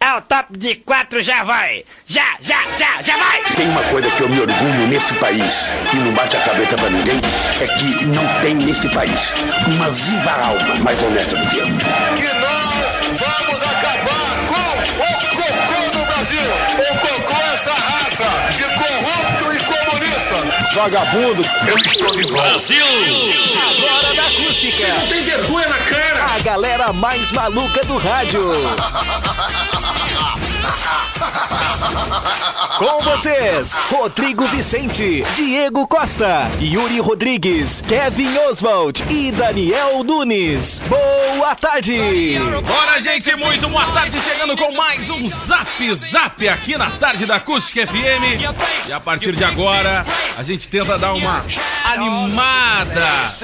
ao É top de quatro, já vai! Já, já, já, já vai! Tem uma coisa que eu me orgulho neste país e não bate a cabeça pra ninguém, é que não tem neste país uma viva alma mais honesta do que eu. Que nós vamos acabar com o cocô do Brasil. O cocô é essa raça de corrupto e comunista. Vagabundo, eu estou de volta. Agora da acústica! Tem vergonha na cara. A galera mais maluca do rádio. Com vocês, Rodrigo Vicente, Diego Costa, Yuri Rodrigues, Kevin Oswald e Daniel Nunes. Boa tarde! Bora, gente, muito boa tarde, chegando com mais um Zap Zap aqui na tarde da Acústica FM. E a partir de agora, a gente tenta dar uma animada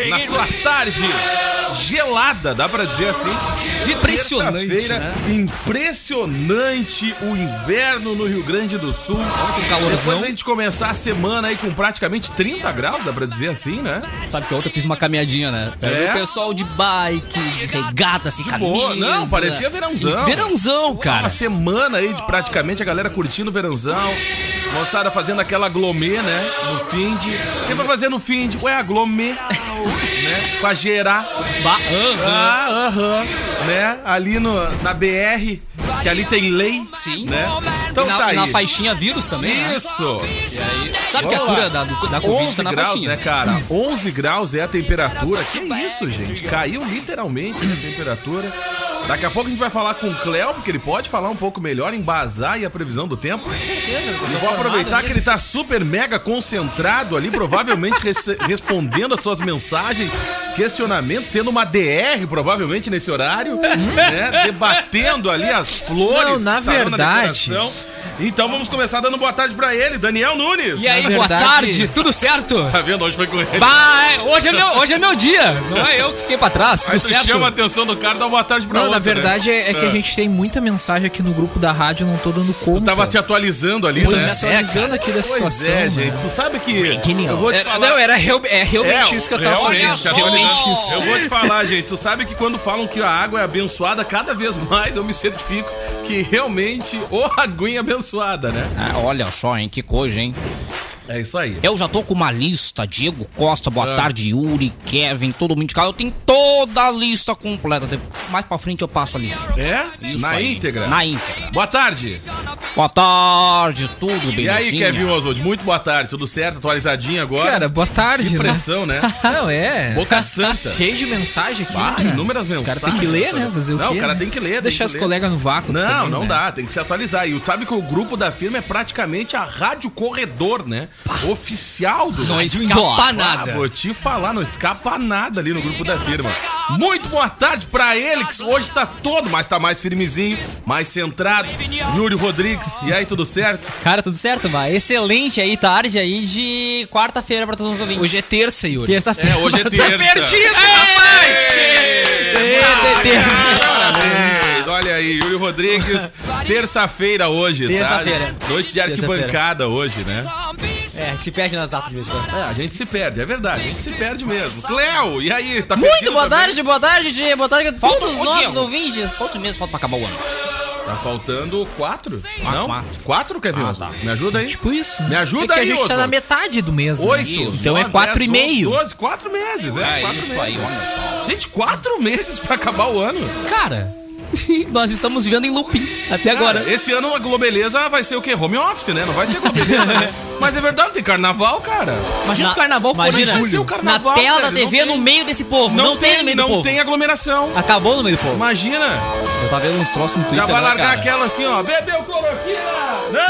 na sua tarde gelada, dá pra dizer assim. De Impressionante, terça-feira. né? Impressionante o inverno no Rio Grande do Sul. que calorzão. Depois a gente começar a semana aí com praticamente 30 graus, dá pra dizer assim, né? Sabe que ontem eu fiz uma caminhadinha, né? É? Tá. O pessoal de bike, de regata, sem De boa. camisa. Não, parecia verãozão. Verãozão, cara. Uma semana aí de praticamente a galera curtindo o verãozão. Moçada fazendo aquela glomê, né? No fim de. Quem vai fazer no fim de? Ué, a glomê. né? Pra gerar. Ba- aham. Ah, aham. Né? Ali no, na BR, que ali tem lei. Sim. Né? Então E na, tá aí. na faixinha vírus também, né? Isso. Sabe que a Vamos lá. cura da, do- da Covid 11 tá na graus, faixinha. né, cara? 11 graus é a temperatura. Que isso, gente? Caiu literalmente a temperatura. Daqui a pouco a gente vai falar com o Cléo, porque ele pode falar um pouco melhor, embasar e a previsão do tempo. Eu vou aproveitar que ele tá super mega concentrado ali, provavelmente rece- respondendo as suas mensagens, questionamentos, tendo uma DR provavelmente nesse horário, né? Debatendo ali as flores. Não, na estarão verdade- decoração. então vamos começar dando boa tarde pra ele, Daniel Nunes. E aí, Na boa verdade- tarde, tudo certo? Tá vendo? Hoje foi com ele. Bah, hoje, é meu, hoje é meu dia, não é eu que fiquei pra trás, tudo Aí tu certo? chama a atenção do cara, dá uma boa tarde pra Não, outra, na verdade né? é, é que a gente tem muita mensagem aqui no grupo da rádio, eu não tô dando conta. Tu tava te atualizando ali, Tô né? me Pois é, atualizando aqui da Pois situação. é, né? gente. Tu sabe que. Eu vou te É, falar. não, era real- é realmente isso que eu tava realmente, fazendo. Olha só. realmente isso. Eu vou te falar, gente. Tu sabe que quando falam que a água é abençoada, cada vez mais eu me certifico que realmente ô aguinha abençoada, né? Ah, olha só, hein, que coisa, hein? É isso aí. Eu já tô com uma lista, Diego Costa, boa Ah. tarde, Yuri, Kevin, todo mundo de casa. Eu tenho toda a lista completa. De- Mais pra frente eu passo a lista. É? Isso Na aí. íntegra. Na íntegra. Boa tarde. Boa tarde, tudo bem? E aí, Kevin Oswald? Muito boa tarde. Tudo certo? Atualizadinha agora? Cara, boa tarde. que né? pressão, né? Não, é. Boca santa. Cheio de mensagem aqui. Bah, né, cara? inúmeras O mensagens. cara tem que ler, né? Fazer o não, quê, o cara né? tem que ler. tem que Deixar os ler. colegas no vácuo. Não, também, não né? dá, tem que se atualizar. E sabe que o grupo da firma é praticamente a Rádio Corredor, né? Oficial do Não Rádio escapa Indoor. nada. Ah, vou te falar, não escapa nada ali no grupo da firma. Muito boa tarde pra ele, que hoje tá todo, mas tá mais firmezinho, mais centrado. Yuri Rodrigues, e aí, tudo certo? Cara, tudo certo, Bah? Excelente aí, tarde aí de quarta-feira pra todos os ouvintes. Hoje é terça, Yuri. terça-feira. É, hoje é terça. é, Parabéns! Olha aí, Yuri Rodrigues, terça-feira hoje, Terça-feira. tá? Noite de Terça-feira. arquibancada hoje, né? É, se perde nas datas de vez em quando. É, a gente se perde, é verdade, a gente se perde mesmo. Cléo, e aí? Tá Muito perdido boa também? tarde, boa tarde, Diego. Boa tarde a Falta todos os um, nossos Diego. ouvintes. Quantos meses falta pra acabar o ano? Tá faltando quatro? Não? quatro. Quatro, Kevin? Ah, tá. Me ajuda aí. Tipo isso. né? Me ajuda é aí, que a gente tá Oswald. na metade do mês. né? Oito. Isso. Então é nove, quatro e dez, onze, meio. Doze, quatro meses, é. É quatro isso meses. aí, olha só. Gente, quatro meses pra acabar o ano. Cara, nós estamos vivendo em looping até É agora. Cara, esse ano a Globeleza vai ser o quê? Home office, né? Não vai ter Globeleza, né? Mas é verdade, tem carnaval, cara. Imagina Na- se o carnaval for imagina. em Vai ser o julho. Na carnaval, tela velho, da não TV, tem- no meio desse povo. Não, tem, no meio do não povo. tem aglomeração. Acabou no meio do povo. Imagina. Eu tava vendo uns troços no Já tá Twitter. vai né, largar cara? aquela assim, ó. Bebeu cloroquina! né?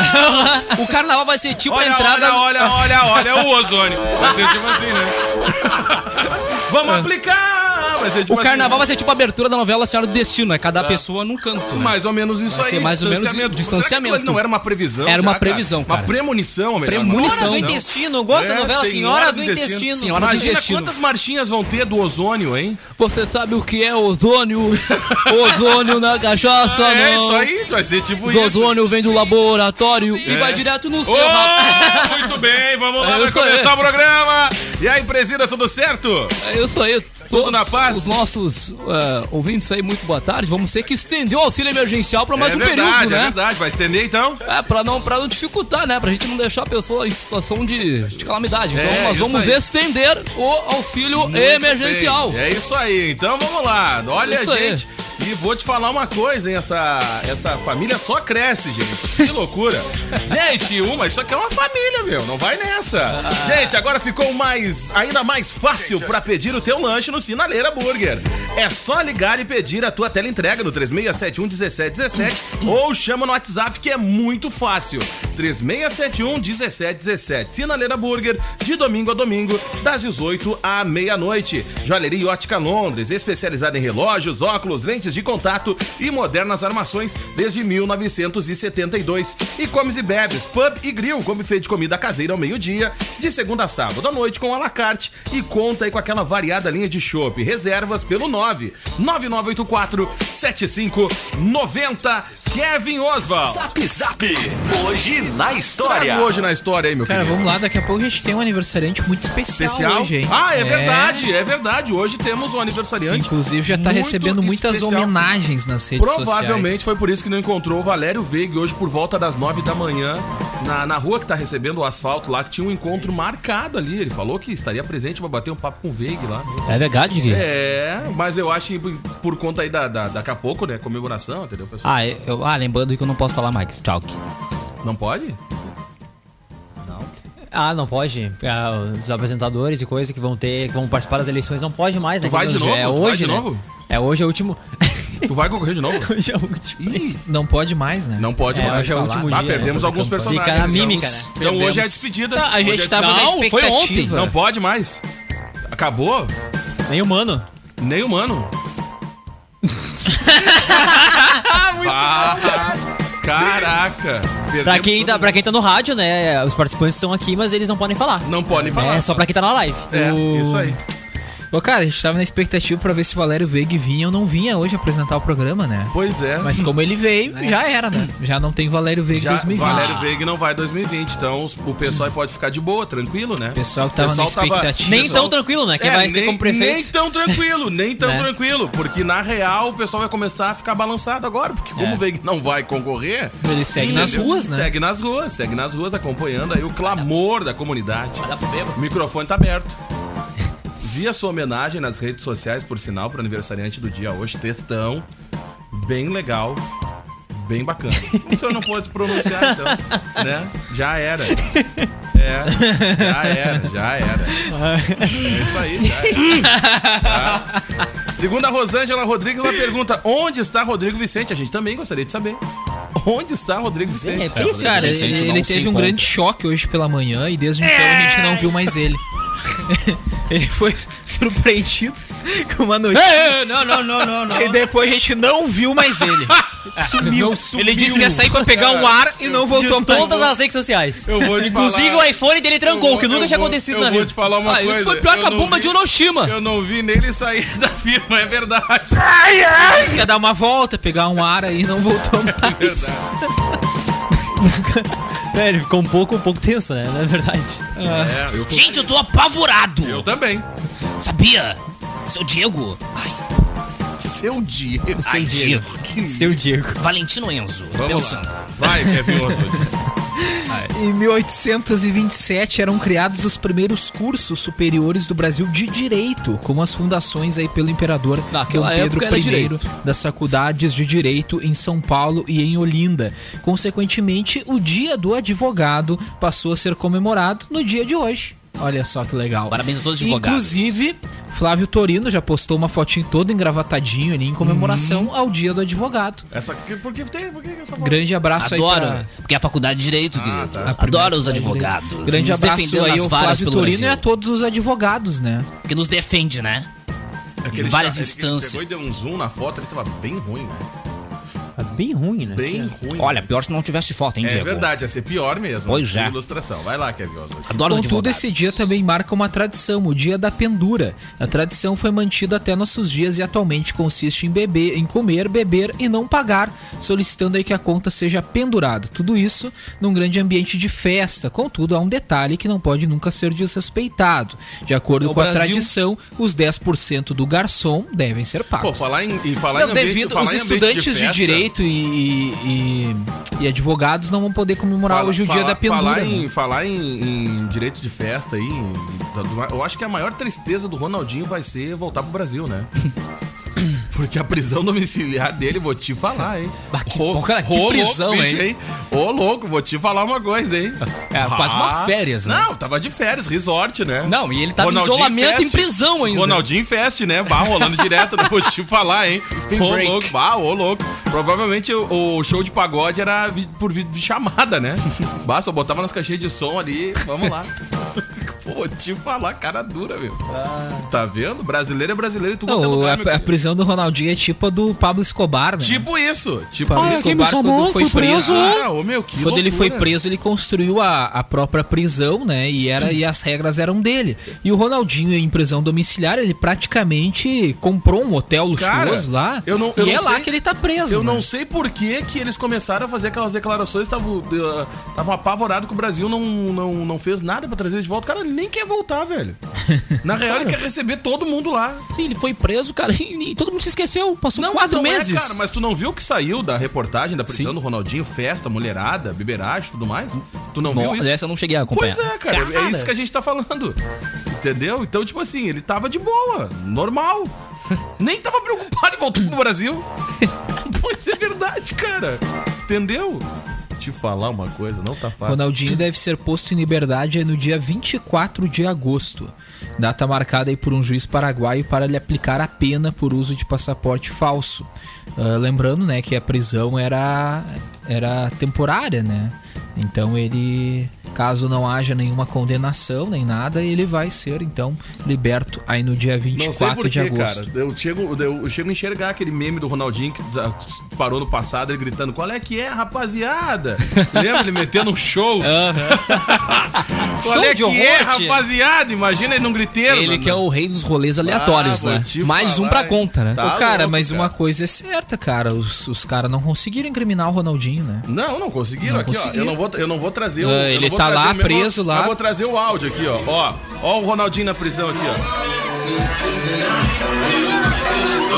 Não! O carnaval vai ser tipo a Olha, entrada. olha, olha, olha, olha o ozônio. Vai ser tipo assim, né? Vamos aplicar! Vai ser tipo O carnaval vai assim. ser tipo a abertura da novela Senhora do Destino, é Ah. cada pessoa num canto. Né? Mais ou menos isso Vai aí. ser mais ou menos distanciamento. Será que aquilo não era uma previsão. Era uma previsão, Uma cara. premonição, melhor. Premonição. Senhora do Não. Intestino. Gosta É, da novela Senhora do Intestino. Senhora do Imagina Intestino. quantas marchinhas vão ter do ozônio, hein? Você sabe o que é ozônio? ozônio na cachaça, não. é isso aí, vai ser tipo O isso. ozônio vem do laboratório e É. vai direto no seu rabo. Oh, muito bem, vamos lá, É vai isso aí. começar o programa. E aí, presida, tudo certo? É isso aí. Tudo na paz? Os nossos eh, é, ouvintes aí, muito boa tarde. Vamos ter que estender o auxílio emergencial para mais é um verdade, período, É né? verdade, vai estender então? É, pra não, pra não dificultar, né? Pra gente não deixar a pessoa em situação de, de calamidade. Então É, nós isso vamos aí. estender o auxílio emergencial. Bem, É isso aí, então vamos lá. Olha, Isso aí. gente. E vou te falar uma coisa, hein? Essa, essa família só cresce, gente. Que loucura. gente, uma, isso aqui é uma família, meu. Não vai nessa. Gente, agora ficou mais, ainda mais fácil pra pedir o teu lanche no Sinaleira Burger. É só ligar e pedir a tua tela entrega no 3671-1717 ou chama no WhatsApp que é muito fácil. 3671-1717. Sinaleira Burger, de domingo a domingo, das 18 à meia-noite. Joalheria e Ótica Londres, especializada em relógios, óculos, lentes de contato e modernas armações desde 1972. E comes e bebes, pub e grill, com buffet de comida caseira ao meio-dia, de segunda a sábado à noite com alacarte e conta aí com aquela variada linha de chopp. Reservas pelo 9 9984 7590 Kevin Oswald. Zap Zap. Hoje na história. Traga hoje na história aí, meu Cara, querido. É, vamos lá, daqui a pouco a gente tem um aniversariante muito especial, especial. hoje, hein? Ah, é, verdade, é verdade. Hoje temos um aniversariante. Inclusive já tá muito recebendo muitas especial. homenagens nas redes Provavelmente sociais. foi por isso que não encontrou o Valério Veiga hoje por volta das nove da manhã na, na rua que tá recebendo o asfalto lá, que tinha um encontro marcado ali. Ele falou que estaria presente pra bater um papo com o Veiga lá. né? É verdade, Gui? É, mas eu acho que por- por conta aí da, da, daqui a pouco, né? Comemoração, entendeu, pessoal? Ah, eu, ah, lembrando que eu não posso falar mais. Tchau, Gui. Não pode? Ah, não pode. Ah, os apresentadores e coisa que vão ter, que vão participar das eleições, não pode mais, né? Tu vai que de hoje- novo? É Tu vai hoje, de né? novo? É hoje é o último. Tu vai concorrer de novo? hoje é o último. Ih, Não pode mais, né? não pode É, mais hoje é o falar. último Ah, dia, perdemos né? alguns Fica na personagens. mímica, né? Então hoje é a Perdemos. despedida. Não, a Hoje gente é a tava na Não, foi expectativa. ontem. Não pode mais. Acabou? Nem humano. Nem humano. Ah, Caraca. Pra Perdemos quem, tá, todo pra quem tá no rádio, né? Os participantes estão aqui, mas eles não podem falar. mundo. Não podem falar. É só pra quem tá na live. É, isso aí. Ô, cara, a gente tava na expectativa pra ver se o Valério Veiga vinha ou não vinha hoje apresentar o programa, né? Pois é. Mas como ele veio, É. já era, né? Já não tem Valério Veiga Já, 2020. Valério Veiga não vai 2020, então os- o pessoal aí pode ficar de boa, tranquilo, né? O Pessoal que tava na tava- expectativa. Nem tão tranquilo, né? Quem É, vai ser nem- como prefeito. Nem tão tranquilo, nem tão Né? tranquilo. Porque na real o pessoal vai começar a ficar balançado agora. Porque como É. o Veiga não vai concorrer. Ele segue nas entendeu? ruas, né? Segue nas ruas, segue nas ruas, acompanhando aí o clamor da comunidade. O microfone tá aberto. Vi a sua homenagem nas redes sociais, por sinal, pro aniversariante do dia hoje, textão. Bem legal. Bem bacana. O senhor não pode se pronunciar, então, né? Já era. É, já era, já era. É isso aí, já era. Tá? Segundo a Rosângela Rodrigues, ela pergunta: onde está Rodrigo Vicente? A gente também gostaria de saber. Onde está Rodrigo Vicente? É, isso, Cara, Esse a gente ele, não ele se teve um encontra. grande choque hoje pela manhã e desde então a gente não viu mais ele. ele foi surpreendido com uma notícia. É, Ei, É, não, não, não, não, não. E depois a gente não viu mais ele. Sumiu. Ele disse que ia sair pra pegar um ar e não voltou De mais. todas as redes sociais. Eu vou te Inclusive falar- o iPhone dele trancou, que nunca tinha acontecido eu na vou vida. te falar uma Ah, coisa. isso foi pior que a eu não bomba vi- de Hiroshima. Eu não vi nele sair da firma, é verdade. Disse que ia dar uma volta, pegar um ar aí e não voltou mais. É, ele ficou um pouco, um pouco tenso, né? Na verdade. É, eu, fui- Gente, eu tô apavorado. eu também. Sabia? Seu Diego. Seu dia. Seu Diego. Seu Diego. Valentino Enzo. Vamos Pensando. lá. Vai, Kevin Oswald. Em 1827 eram criados os primeiros cursos superiores do Brasil de direito, como as fundações aí pelo imperador Naquela Dom Pedro época era I direito. das faculdades de direito em São Paulo e em Olinda. Consequentemente, o Dia do Advogado passou a ser comemorado no dia de hoje. Olha só que legal. Parabéns a todos os advogados. Inclusive, Flávio Torino já postou uma fotinho toda engravatadinho ali em comemoração Hum. ao Dia do Advogado. Essa, que- por que tem? Por que essa foto? Grande abraço aí pra... Adoro, porque é a faculdade de Ah, direito, tá. querido. Adoro os advogados. Grande nos abraço defendendo aí nas ao varas Flávio pelo Torino e a Brasil. todos os advogados, né? Que nos defende, né? Aquele várias cara, ele instâncias. Pegou e deu um zoom na foto, ele tava bem ruim, né? É bem ruim, né? Bem ruim. Olha, pior se não tivesse foto, hein, é Diego? verdade, ia ser pior mesmo. Pois é. Ilustração. Vai lá, Kevin Oswald. Adoro os Contudo, advogados. esse dia também marca uma tradição, o dia da pendura. A tradição foi mantida até nossos dias e atualmente consiste em beber, em comer, beber e não pagar, solicitando aí que a conta seja pendurada. Tudo isso num grande ambiente de festa. Contudo, há um detalhe que não pode nunca ser desrespeitado. De acordo No com a Brasil- tradição, os 10% do garçom devem ser pagos. Pô, falar em, e falar Não, em ambiente, devido, falar os em ambiente estudantes de, festa, direito e, e- e- e advogados não vão poder comemorar fala- hoje o dia fala- da pendura. Falar, né? em, falar em, em direito de festa aí, em- em- eu acho que a maior tristeza do Ronaldinho vai ser voltar pro Brasil, né? Porque a prisão domiciliar dele, vou te falar, hein? que Ô, porra, que ô, louco, prisão, bicho, hein? Ô, louco, vou te falar uma coisa, hein? Ah, É, quase uma férias, né? Não, tava de férias, resort, né? Não, e ele tava em Ronaldinho isolamento Fest. em prisão ainda. Ronaldinho Fest, né? Bah, rolando direto, não vou te falar, hein? Spring Ô, break. louco, bah, ô, louco. Provavelmente o, o show de pagode era vi- por vídeo chamada, né? Bah, só botava nas caixinhas de som ali, vamos lá. Vou te falar, cara dura, meu. Tá vendo? Brasileiro é brasileiro e tu Não, lugar, meu a, a querido. prisão do Ronaldinho é tipo a do Pablo Escobar, né? Tipo isso, tipo Pablo isso. Escobar, quando foi preso. Ah, ô, meu, que Quando ele foi loucura. preso, ele construiu a, a própria prisão, né? E, era, e as regras eram dele. E o Ronaldinho, em prisão domiciliar, ele praticamente comprou um hotel Cara, luxuoso lá. eu não- eu e não é lá sei- que ele tá preso. Eu né? não sei por que, que eles começaram a fazer aquelas declarações, estavam uh, tavam apavorados que o Brasil não, não, não fez nada pra trazer ele de volta. Cara, ele nem quer voltar, velho. Na real, ele quer receber todo mundo lá. Sim, ele foi preso, cara, e, e todo mundo se esqueceu. Passou quatro é, meses. cara, mas tu não viu o que saiu da reportagem da prisão Sim. do Ronaldinho, festa, mulherada, beberagem e tudo mais? Tu não viu Nossa, isso? essa eu não cheguei a acompanhar. Pois é, cara, é isso que a gente tá falando. Entendeu? Então, tipo assim, ele tava de boa, normal. Nem tava preocupado em voltar pro Brasil. pois é verdade, cara. Entendeu? Te falar uma coisa, não tá fácil. Ronaldinho deve ser posto em liberdade no dia 24 de agosto. Data marcada aí por um juiz paraguaio para lhe aplicar a pena por uso de passaporte falso. Ah, lembrando, né, que a prisão era era temporária, né? Então ele, caso não haja nenhuma condenação nem nada, ele vai ser então liberto aí no dia Não sei 24 por de quê, agosto. cara. Eu chego, eu chego a enxergar aquele meme do Ronaldinho que desa- parou no passado, ele gritando: Qual é que é, rapaziada? Lembra ele metendo um show? Qual Show é de que é, horror, tia. rapaziada? Imagina ele num griteiro. Ele né? Ah, que é o rei dos rolês aleatórios, vou né? te Mais um falar, pra conta, né? Tá Ô, cara, louco, mas cara. uma coisa é certa, cara. Os, os caras não conseguiram incriminar o Ronaldinho, né? Não, não conseguiram Não aqui, ó. Eu conseguiram. não vou, eu não vou trazer o. Ah, eu não ele vou tá trazer lá o mesmo- preso lá. Eu vou trazer o áudio aqui, ó. Ó, ó o Ronaldinho na prisão aqui, ó.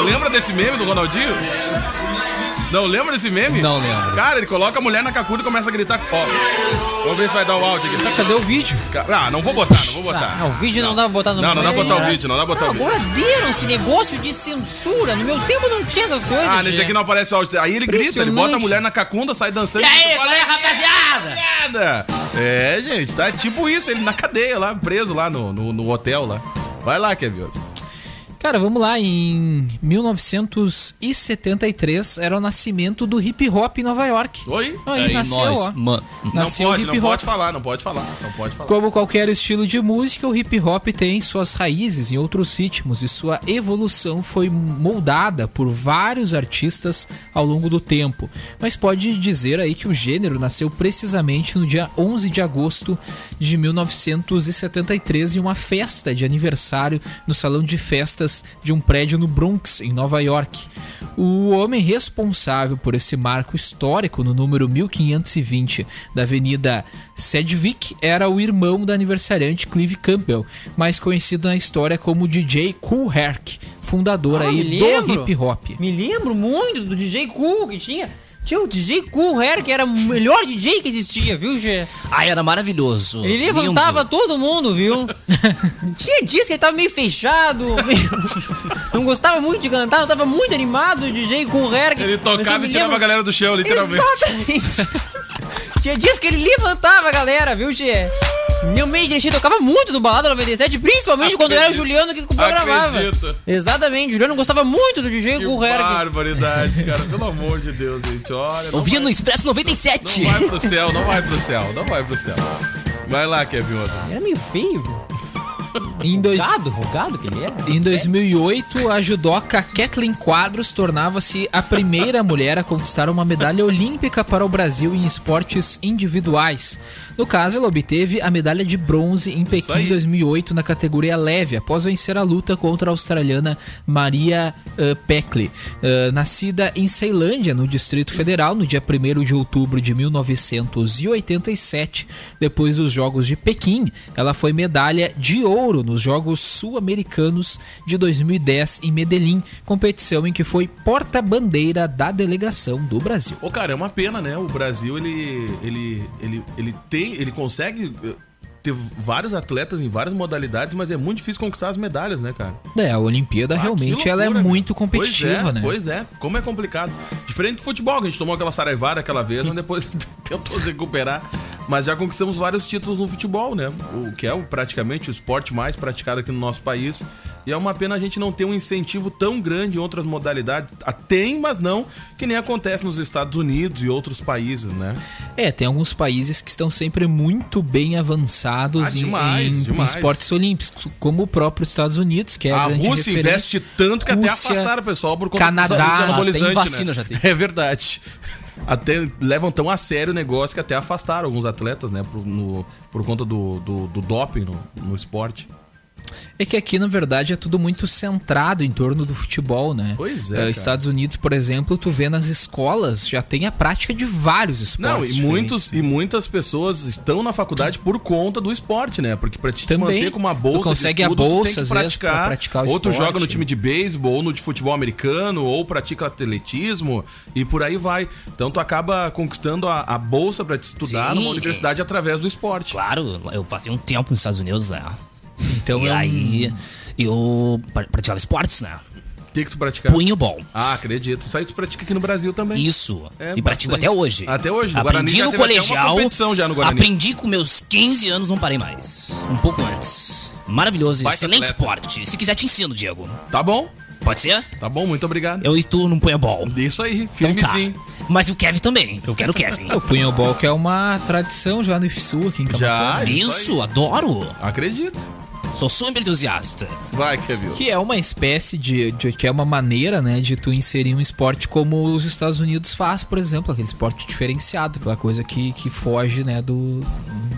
Lembra desse meme do Ronaldinho? Não lembra desse meme? Não lembro. Cara, ele coloca a mulher na cacuda e começa a gritar. Ó, vamos ver se vai dar o áudio aqui. Cadê o vídeo? Ca- Ah, não vou botar, não vou botar. Ah, o vídeo não, dá pra botar no Não, não dá pra botar É. o vídeo, não dá pra botar o vídeo. Agora deram esse negócio de censura. No meu tempo não tinha essas coisas. Ah, nesse gente. aqui não aparece o áudio. Aí ele grita, ele bota a Impressionante. mulher na cacunda, sai dançando. E aí, Fala, qual é, rapaziada? Nada. É, gente, tá tipo isso, ele na cadeia lá, preso lá no, no, no hotel lá. Vai lá, Kevin. Cara, vamos lá. Em 1973 era o nascimento do hip hop em Nova York. Oi? Aí, nasceu, ó. mano. Nasceu não o pode, hip não hop. pode falar, não pode falar, não pode falar. Como qualquer estilo de música, o hip hop tem suas raízes em outros ritmos e sua evolução foi moldada por vários artistas ao longo do tempo. Mas pode dizer aí que o gênero nasceu precisamente no dia 11 de agosto de 1973 em uma festa de aniversário no salão de festas de um prédio no Bronx, em Nova York. O homem responsável por esse marco histórico no número 1520 da Avenida Sedgwick era o irmão da aniversariante Clive Campbell, mais conhecido na história como DJ Cool Herc, fundador Ah, aí me do lembro. hip hop. Me lembro muito do DJ Cool que tinha. Tinha o DJ Cool Hair, que era o melhor DJ que existia, viu, Gê? Ah, Ai, era maravilhoso. Ele Lindo. levantava todo mundo, viu? Tinha dias que ele tava meio fechado, meio- não gostava muito de cantar, não tava muito animado, o DJ Cool Hair. que- Ele Mas eu tocava me e tirava lembro- a galera do chão, literalmente. Exatamente. Tinha dias que ele levantava a galera, viu, Gê? Meu meio direitinho tocava muito do Balada 97, principalmente quando era o Juliano que programava. Acredito. Exatamente, o Juliano gostava muito do DJ Que Cool Hair. que- barbaridade, cara. Pelo amor de Deus, gente. Olha. Não, Ouvia no Expresso não 97. vai pro céu, não vai pro céu, não vai pro céu. Vai lá, Kevin. Era meio feio. Em dois... Rogado, rogado que ele é? era? Em 2008, a judoca Kathleen Quadros tornava-se a primeira mulher a conquistar uma medalha olímpica para o Brasil em esportes individuais. No caso, ela obteve a medalha de bronze em Pequim aí. 2008 na categoria leve, após vencer a luta contra a australiana Maria eh, Peckley. Eh, nascida em Ceilândia, no Distrito Federal, no dia 1 de outubro de 1987, depois dos Jogos de Pequim, ela foi medalha de ouro nos Jogos Sul-Americanos de 2010 em Medellín, competição em que foi porta-bandeira da delegação do Brasil. Ô, cara, é uma pena, né? O Brasil, ele, ele, ele, ele tem, ele consegue eh, ter vários atletas em várias modalidades, mas é muito difícil conquistar as medalhas, né, cara? É, a Olimpíada Ah, realmente que ela é loucura, muito cara. Pois competitiva, é, né? Pois é, como é complicado. Diferente do futebol, que a gente tomou aquela saraivada aquela vez, mas depois tentou se recuperar. Mas já conquistamos vários títulos no futebol, né? O que é o- praticamente o esporte mais praticado aqui no nosso país. E é uma pena a gente não ter um incentivo tão grande em outras modalidades. Ah, Tem, mas não, que nem acontece nos Estados Unidos e outros países, né? É, tem alguns países que estão sempre muito bem avançados Ah, em- demais, em, em demais. esportes olímpicos, como o próprio Estados Unidos, que é a, a grande Rússia referência. investe tanto que Rússia, até afastaram o pessoal por Canadá, dos tem anabolizantes, vacina, já tem. É verdade. Até levam tão a sério o negócio que até afastaram alguns atletas, né? Por, no- por conta do, do, do doping no, no esporte. É que aqui, na verdade, é tudo muito centrado em torno do futebol, né? Pois é, Eh, cara. Estados Unidos, por exemplo, tu vê nas escolas, já tem a prática de vários Não, esportes. e, muitos, e muitas pessoas estão na faculdade por conta do esporte, né? Porque pra te Também. manter com uma bolsa, Tu de consegue a bolsa, tu tem às que vezes, pra praticar. praticar o ou tu esporte. né? joga no time de beisebol, ou no de futebol americano, ou pratica atletismo e por aí vai. Então tu acaba conquistando a, a bolsa pra te estudar Sim. numa universidade através do esporte. Claro, eu passei um tempo nos Estados Unidos, né? Então, E é um- aí eu pra- praticava esportes, né? O que, que tu pratica? Punho bom. Ah, acredito. Isso aí tu pratica aqui no Brasil também. Isso. É, e pratico bastante. até hoje. Até hoje. O Guarani Aprendi já no teve até uma colegial. competição já no Guarani. Aprendi com meus 15 anos, não parei mais. Um pouco antes. Maravilhoso, Baita excelente atleta. esporte. Se quiser, te ensino, Diego. Tá bom. Pode ser? Tá bom, muito obrigado. Eu e tu não punha bom. Isso aí, Então tá. firmezinho. Mas e o Kevin também. Eu quero o Kevin. É, o punhobol que é uma tradição já no IFSU aqui em né? Já, Camacuã. isso aí. Isso, adoro. Acredito. Sou super entusiasta. Vai, Kevin. Que é uma espécie de, de- que é uma maneira, né, de tu inserir um esporte como os Estados Unidos faz, por exemplo, aquele esporte diferenciado, aquela coisa que, que foge, né, do,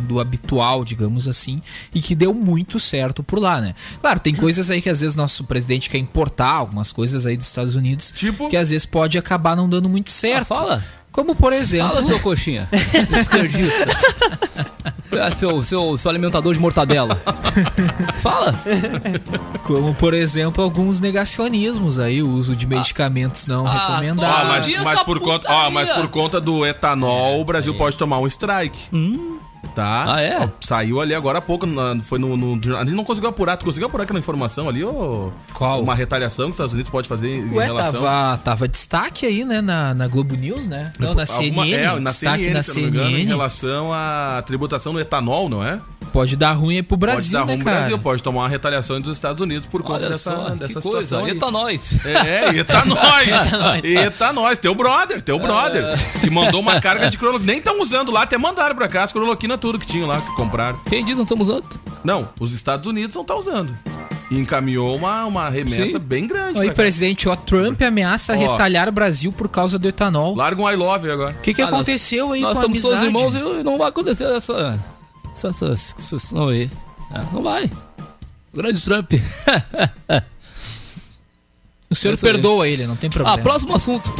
do habitual, digamos assim, e que deu muito certo por lá, né? Claro, tem coisas aí que às vezes nosso presidente quer importar, algumas coisas aí dos Estados Unidos, Tipo? que às vezes pode acabar não dando muito Ah, certo. fala. como por exemplo, Fala, seu coxinha. Esquerdista. Ah, seu, seu, seu alimentador de mortadela. Fala. como por exemplo, alguns negacionismos aí, o uso de medicamentos não Ah, Ah, recomendados. mas, Diz mas a por conta, ó, mas putaria. por conta do etanol, o Brasil pode tomar um strike. Tá? Ah, é? Saiu ali agora há pouco, na- foi no, no- A gente não conseguiu apurar. Tu conseguiu apurar aquela informação ali, ô? Qual? Uma retaliação que os Estados Unidos pode fazer em Ué, relação. tava, tava destaque aí, né, na, na Globo News, né? Não, na Alguma- CNN. é, na destaque CNN, na se eu não me engano, em CNN. relação à tributação do etanol, não é? Pode dar ruim aí pro pode Brasil, dar rumo né, no cara? Brasil, pode tomar uma retaliação dos Estados Unidos por conta Olha dessa, só, dessa que situação. coisa. aí. Eita nós. É, eita tá nós! eita nós, tá teu brother, teu brother. Ah. Que mandou uma carga de cloroquina. Nem estão usando lá, até mandaram pra cá as cloroquina tudo que tinha lá, que compraram. Quem diz não estamos outro? Não, os Estados Unidos não estão usando. E encaminhou uma, uma Sim. remessa bem grande. Aí, pra cá. presidente, ó, Trump ameaça Ó. retalhar o Brasil por causa do etanol. Larga um I love agora. O que, que Ah, nós- aconteceu aí Nós com a somos seus irmãos amizade? e não vai acontecer essa. essa, essa, essa, essa não, aí. Ah, É, não vai. Grande Trump. O senhor Isso aí. perdoa ele, não tem ah, problema. próximo assunto.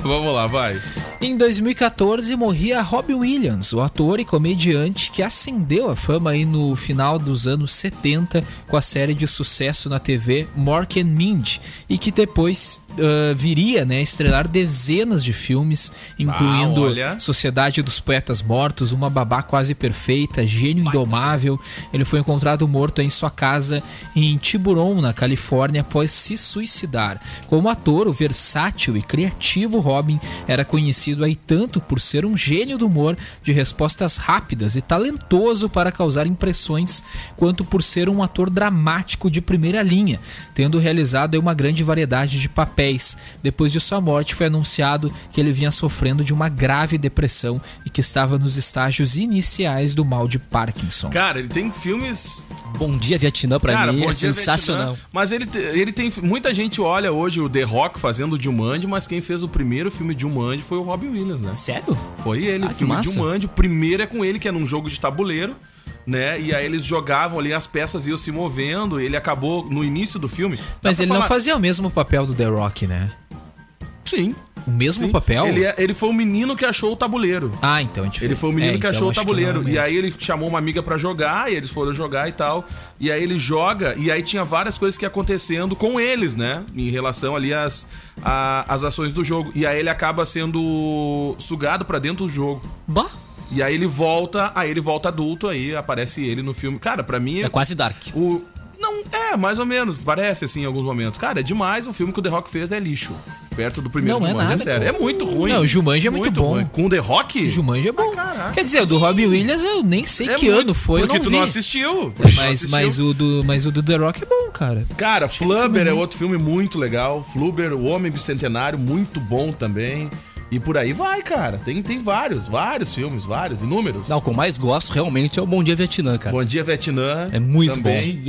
Vamos lá, vai. Em 2014 morria Robin Williams, o ator e comediante que ascendeu à fama aí no final dos anos 70 com a série de sucesso na TV Mork and Mind e que depois ah, viria né, a estrelar dezenas de filmes, incluindo olha. Sociedade dos Poetas Mortos, Uma Babá Quase Perfeita, Gênio Indomável. Ele foi encontrado morto em sua casa em Tiburon, na Califórnia, após se suicidar. Como ator, o versátil e criativo Robin era conhecido aí tanto por ser um gênio do humor, de respostas rápidas e talentoso para causar impressões, quanto por ser um ator dramático de primeira linha, tendo realizado aí uma grande variedade de papéis papéis. Depois de sua morte, foi anunciado que ele vinha sofrendo de uma grave depressão e que estava nos estágios iniciais do mal de Parkinson. Cara, ele tem filmes Bom Dia Vietnã pra Cara, mim Bom é Dia, sensacional. Vietnã. Mas ele, te- ele tem. Muita gente olha hoje o The Rock fazendo o Jumanji, mas quem fez o primeiro filme de Jumanji foi o Robin Williams, né? Sério? Foi ele, Ah, o que filme de massa. Jumanji. O primeiro é com ele, que é num jogo de tabuleiro. Né? E aí eles jogavam ali, as peças iam se movendo, ele acabou no início do filme. Dá Mas pra ele não falar- fazia o mesmo papel do The Rock, né? Sim. O mesmo sim. papel? Ele, é- ele foi o menino que achou o tabuleiro. Ah, então é diferente. Ele foi o menino É, que então achou o acho não é tabuleiro. o e mesmo. aí ele chamou uma amiga pra jogar, e eles foram jogar e tal. E aí ele joga, e aí tinha várias coisas que ia acontecendo com eles, né? Em relação ali às, a- às ações do jogo. E aí ele acaba sendo sugado pra dentro do jogo. Bah, E aí ele volta, aí ele volta adulto, aí aparece ele no filme. Cara, pra mim. é quase Dark. O. Não, é, mais ou menos, parece assim em alguns momentos. Cara, é demais, o filme que o The Rock fez é lixo. Perto do primeiro Não é Jumanji, nada, sério. cara. É muito ruim. Não, o Jumanji é muito bom. ruim. Com o The Rock? O Jumanji é bom. Ah, caraca. Quer dizer, o do Robbie Williams eu nem sei É que muito, ano foi, eu Porque não tu vi. não assistiu. Mas, mas, o do, mas o do The Rock é bom, cara. Cara, Flubber é outro filme muito legal. Flubber, O Homem Bicentenário, muito bom também. E por aí vai, cara. Tem, tem vários, vários filmes, vários, inúmeros. Não, o que eu mais gosto realmente é o Bom Dia Vietnã, cara. Bom Dia Vietnã. É muito também, bom.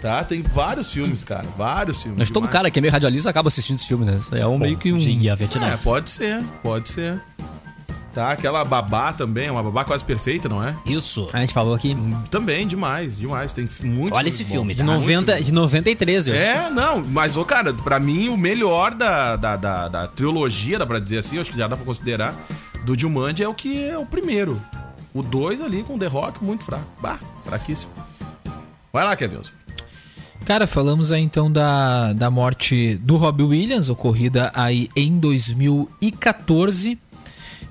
Tá? Tem vários filmes, cara. Vários filmes. Mas todo demais. cara que é meio radialista acaba assistindo esse filme, né? É um meio que um. Dia É, pode ser, pode ser. Tá, aquela babá também, uma babá quase perfeita, não é? Isso. A gente falou aqui. Também, demais, demais. Tem muito Olha esse filme, De, 90, de 93, velho. É, não, mas, ô, cara, pra mim o melhor da, da, da, da trilogia, dá pra dizer assim, acho que já dá pra considerar, do Jumanji é o que é o primeiro. O dois ali com o The Rock, muito fraco. Bah, fraquíssimo. Vai lá, Kevin. Cara, falamos aí então da, da morte do Robbie Williams, ocorrida aí em 2014.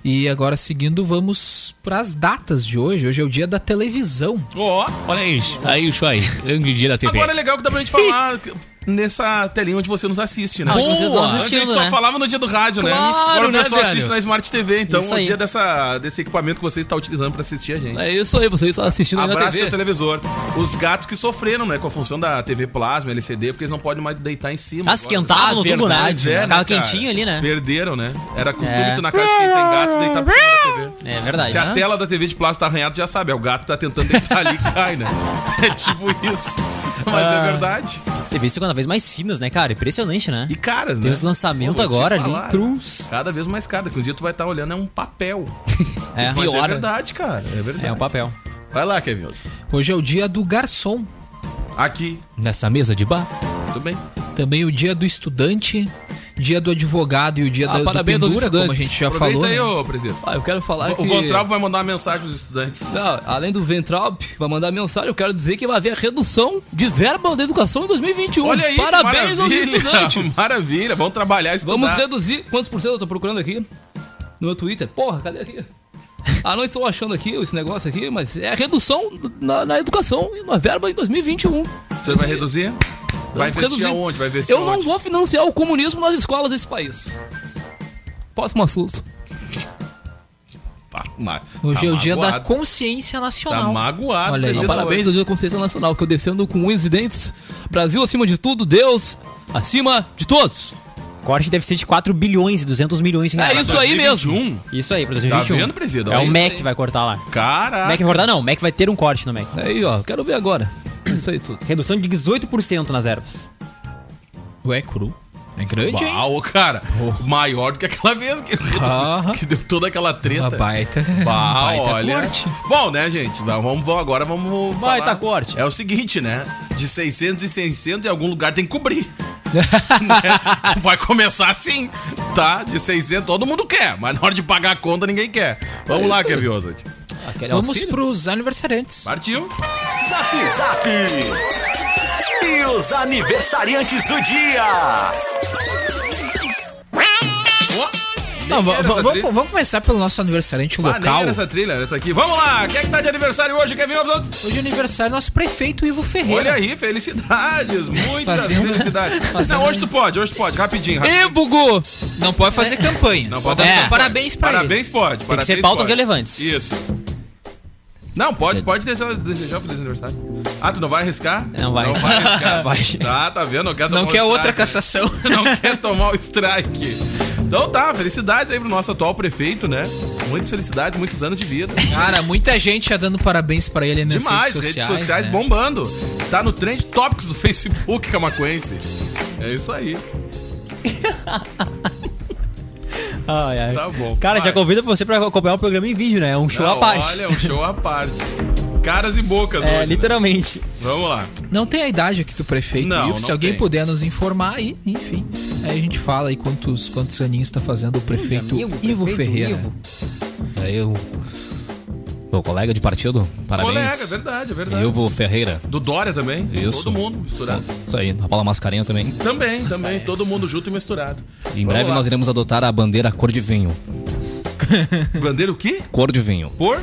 E agora seguindo, vamos pras datas de hoje. Hoje é o dia da televisão. Ó, Olha isso. Aí o show aí. Grande dia da TV. agora é legal que dá pra gente falar que- nessa telinha onde você nos assiste, né? Ah, que vocês estão Boa! Antes a gente assistindo, só né? falava no dia do rádio, né? Claro, Agora o né, pessoal velho? assiste na Smart TV, então Isso o aí. dia dessa, desse equipamento que você está utilizando pra assistir a gente. É isso aí, vocês estão assistindo aí na Abraça TV. seu televisor. Os gatos que sofreram, né? Com a função da TV Plasma, LCD, porque eles não podem mais deitar em cima. Ah, esquentava Ah, no tubo, né? verdade, né, cara? Ficava quentinho ali, né? Perderam, né? Era costume É. tu na casa de quem tem gato deitar por cima da TV. É verdade. Se a tela da TV de plástico tá arranhada, já sabe, é o gato que tá tentando deitar ali e cai, né? É tipo isso. Mas Ah. é verdade. As TVs ficam cada vez mais finas, né, cara? Impressionante, né? E caras, né? Tem os lançamentos Pô, vou te agora falar, ali. Cruz. Cada vez mais cara, que um dia tu vai estar olhando, é um papel. É, Mas é piora. verdade, cara. É verdade. É um papel. Vai lá, Kevin. Wilson. Hoje é o dia do garçom. Aqui, Nessa mesa de bar. tudo bem. Também o dia do estudante, dia do advogado e o dia Ah, da do parabéns aos pendura, como a estudantes. gente já Aproveita falou. aí, né? ô presidente. Ah, eu quero falar O Von Traub vai mandar uma mensagem pros estudantes. Não, além do Ventralp, vai mandar mensagem, eu quero dizer que vai haver redução de verba da educação em 2021. Olha aí, Então, Parabéns aos estudantes. Maravilha, vamos trabalhar, estudar. Vamos reduzir. Quantos por cento eu tô procurando aqui? No meu Twitter. Porra, cadê aqui? Ah, não estou achando aqui esse negócio aqui, mas é redução na, na educação e na verba em 2021. Você vai reduzir? Vai Vamos investir aonde? Vai investir Eu não aonde? vou financiar o comunismo nas escolas desse país. Próximo assunto. Pá, ma- Hoje tá é o dia da magoado. consciência Tá nacional. magoado. Olha aí. Não, presidente. parabéns ao Dia da Consciência Nacional, que eu defendo com unhas e dentes. Brasil acima de tudo, Deus acima de todos. Corte deve ser de 4 bilhões e 200 milhões de reais. É isso aí mesmo. 2021? Isso aí, pra Tá 2021. vendo, presidente? É o Olha Mac que vai cortar lá. aí. Cara. Ah, tá. Mac vai cortar não, Mac vai ter um corte no Mac. É. Aí, ó, quero ver agora. É Isso aí tudo. Redução de 18% nas ervas. Ué, cru. É grande, hein? Oh. Uau, cara. Maior do que aquela vez que, Ah. que deu toda aquela Uma treta. baita. Bah, baita olha. corte. Bom, né, gente? Vá- Vamos, vamos agora, vamos. Vai, falar. tá corte. É o seguinte, né? De 600 e 600 em algum lugar tem que cobrir. Né? Vai começar assim, tá? De 600 todo mundo quer, mas na hora de pagar a conta ninguém quer. É Vamos lá, Kevin Oswald. Aquele Vamos auxílio? pros aniversariantes. Partiu. Zap Zap! E os aniversariantes do dia! Não, va- Maneira va- essa vamos, trilha. vamos começar pelo nosso aniversariante local. Maneira essa trilha, essa aqui. Vamos lá, quem é que tá de aniversário hoje, Kevin Oswald? Hoje é aniversário do nosso prefeito Ivo Olha Ferreira. aí, felicidades, muitas Fazendo- um- felicidades. Não, hoje tu pode, hoje tu pode, rapidinho, rapidinho. Ê, Bugu! Não pode fazer É. campanha. Não Pode pode dar fazer só É. parabéns pra ele. Parabéns pode. Tem ser pautas relevantes. É. Isso. Não, pode, pode desejar, desejar feliz aniversário. Ah, tu não vai arriscar? Não vai. Não vai arriscar. Vai. Tá, tá vendo? Não quer tomar Não o quer outra strike. cassação. Não quer tomar o strike. Então tá, felicidades aí pro nosso atual prefeito, né? Muitas felicidades, muitos anos de vida. Cara, muita gente já dando parabéns pra ele nas Demais, redes sociais. né? bombando. Está no trend topics do Facebook camacuense. É isso aí. Ai, ai. Tá bom. Cara, já Vai. convido você pra acompanhar o programa em vídeo, né? É um show Não, à parte. Olha, um show à parte. Caras e bocas É, hoje, né? literalmente. Vamos lá. Não tem a idade aqui do prefeito. Não, Ivo. não Se alguém tem. puder nos informar aí, enfim. Aí a gente fala aí quantos, quantos aninhos tá fazendo o prefeito Ivo Ferreira. Aí o meu colega de partido, parabéns. Colega, é verdade, é verdade. Ivo Ferreira. Do Dória também. Isso. Todo mundo misturado. Isso aí, a Paula Mascarenha também. Também, também. Todo mundo junto e misturado. Em breve lá. nós iremos adotar a bandeira cor de vinho. Bandeira o quê? Cor de vinho. Por?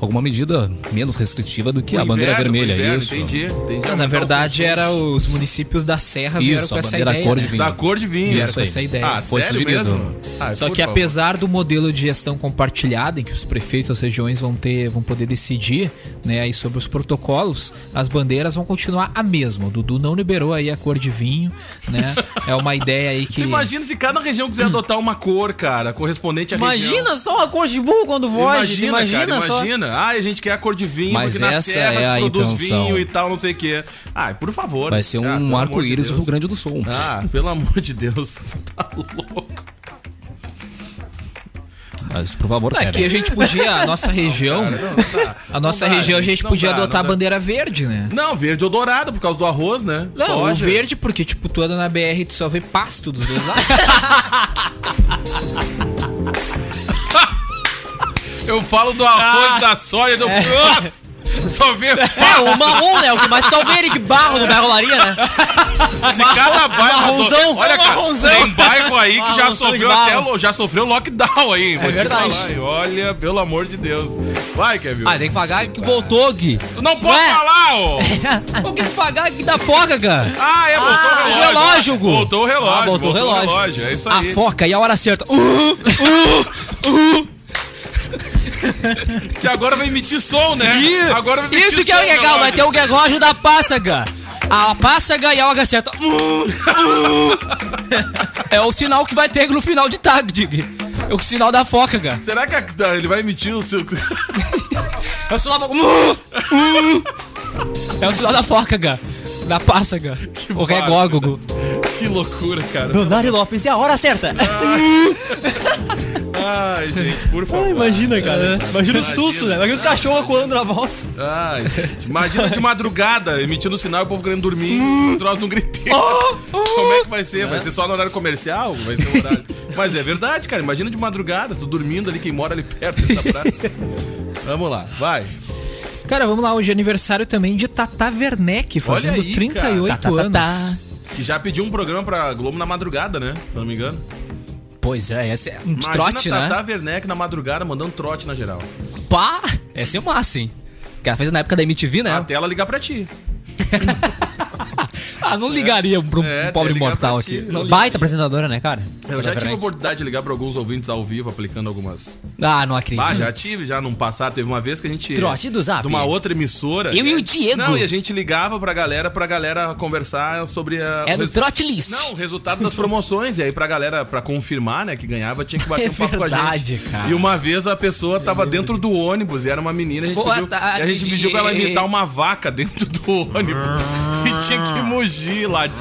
Alguma medida menos restritiva do que a Pro bandeira inverno, pro vermelha, inverno, isso. Ah, Entendi, entendi. Então, Não, Ah, na verdade, era os municípios da Serra vieram Isso, com a essa bandeira ideia. cor né? de vinho. Da cor de vinho. Isso com aí. É, essa ideia. Ah, Foi sério sugerido. mesmo? Ah, Só por que favor. apesar do modelo de gestão compartilhada, em que os prefeitos as regiões vão ter, vão poder decidir, né, aí sobre os protocolos, as bandeiras vão continuar a mesma. O Dudu não liberou aí a cor de vinho, né? É uma ideia aí que Imagina se cada região Hum. quiser adotar uma cor, cara, correspondente à região. Imagina só uma cor de burro quando foge. Imagina, cara, só. imagina. Ah, a gente quer a cor de vinho, Mas porque nas essa serras é a produz intenção. vinho e tal, não sei o quê. Ah, por favor. Vai ser Ah, um pelo arco-íris amor de do Rio Deus. Grande do Sul. Ah, pelo amor de Deus. Tá louco. Mas, por favor, Aqui a Kevin. gente podia, a nossa região, Cara, não dá. a nossa Não dá, região a gente não podia dá, adotar a não dá. bandeira verde, né? Não, verde ou dourado, por causa do arroz, né? Não, o Soja. verde, porque, tipo, tu anda na BR e tu só vê pasto dos dois lados. Eu falo do arroz, da soja, do... Só vê... É, o marrom, né? O que mais só vê ele de barro no barrolaria, né? Se cada bairro... marronzão, Olha, cara, marronzão. tem bairro aí que já Marronzão de sofreu barro. até... lo- Já sofreu lockdown aí. vou te verdade. falar. Olha, pelo amor de Deus. Vai, Kevin. Ah, tem que pagar que voltou, Gui. Tu não pode Ué? falar, ô! Pô, tem que pagar que dá foca, cara. Ah, é, voltou o relógio. relógio, Gu. Voltou o relógio. Ah, voltou o relógio. É isso A aí. foca e a hora certa. Uh! Que agora vai emitir som, né? Agora vai emitir Isso que é o som, legal, vai relógio. um- ter o relógio da pássaga. A pássaga e a hora certa. Uh, uh. É o sinal que vai ter no final de tarde, Gui. É o sinal da foca, cara. Será que a- tá, ele vai emitir o seu... É o sinal da. Uh, uh. É o sinal da foca, cara. Da pássaga. O bárbaro. regógogo. que loucura, cara. Donário Lopes, é a hora certa. Ah. Ai, gente, por favor. imagina, cara. Imagina o susto, né? Imagina os cachorros acuando na volta. Ai, gente, imagina de madrugada emitindo o sinal e o povo querendo dormir. Hum. Um troço de um Ah, griteiro. Como é que vai ser? Vai ser só no horário comercial? Vai ser um horário... Mas é verdade, cara. Imagina de madrugada, tu dormindo ali, quem mora ali perto dessa praça. Vamos lá, vai. Cara, vamos lá, hoje é aniversário também de Tata Werneck, fazendo aí, 38 cara. Tá, tá, tá, anos. tá. Que já pediu um programa pra Globo na madrugada, né? Se não me engano. Pois é, essa é Um trote, Imagina tá- a né? Tata Werneck na madrugada mandando trote na geral. Pá! Essa é massa, hein? Que ela fez na época da MTV, É. né? Até ela ligar pra ti. Ah, não ligaria pra um É, pobre tem que ligar pra mortal ti. aqui. Não li- Baita apresentadora, né, cara? Eu já tive a Referente. oportunidade de ligar pra alguns ouvintes ao vivo, aplicando algumas. Ah, não acredito. Ah, já tive, já num passado. Teve uma vez que a gente. Trote do Zap. De uma outra emissora. Eu e o Diego. Não, e a gente ligava pra galera, pra galera conversar sobre a. Era o resu- É trote list. Não, o resultado das promoções. E aí pra galera, pra confirmar, né, que ganhava, tinha que bater É um papo com a gente. verdade, cara. E uma vez a pessoa tava dentro do ônibus e era uma menina. A gente, Boa pediu, tarde, e a gente pediu pra ela Diego. imitar uma vaca dentro do ônibus. E tinha que mugir, latir.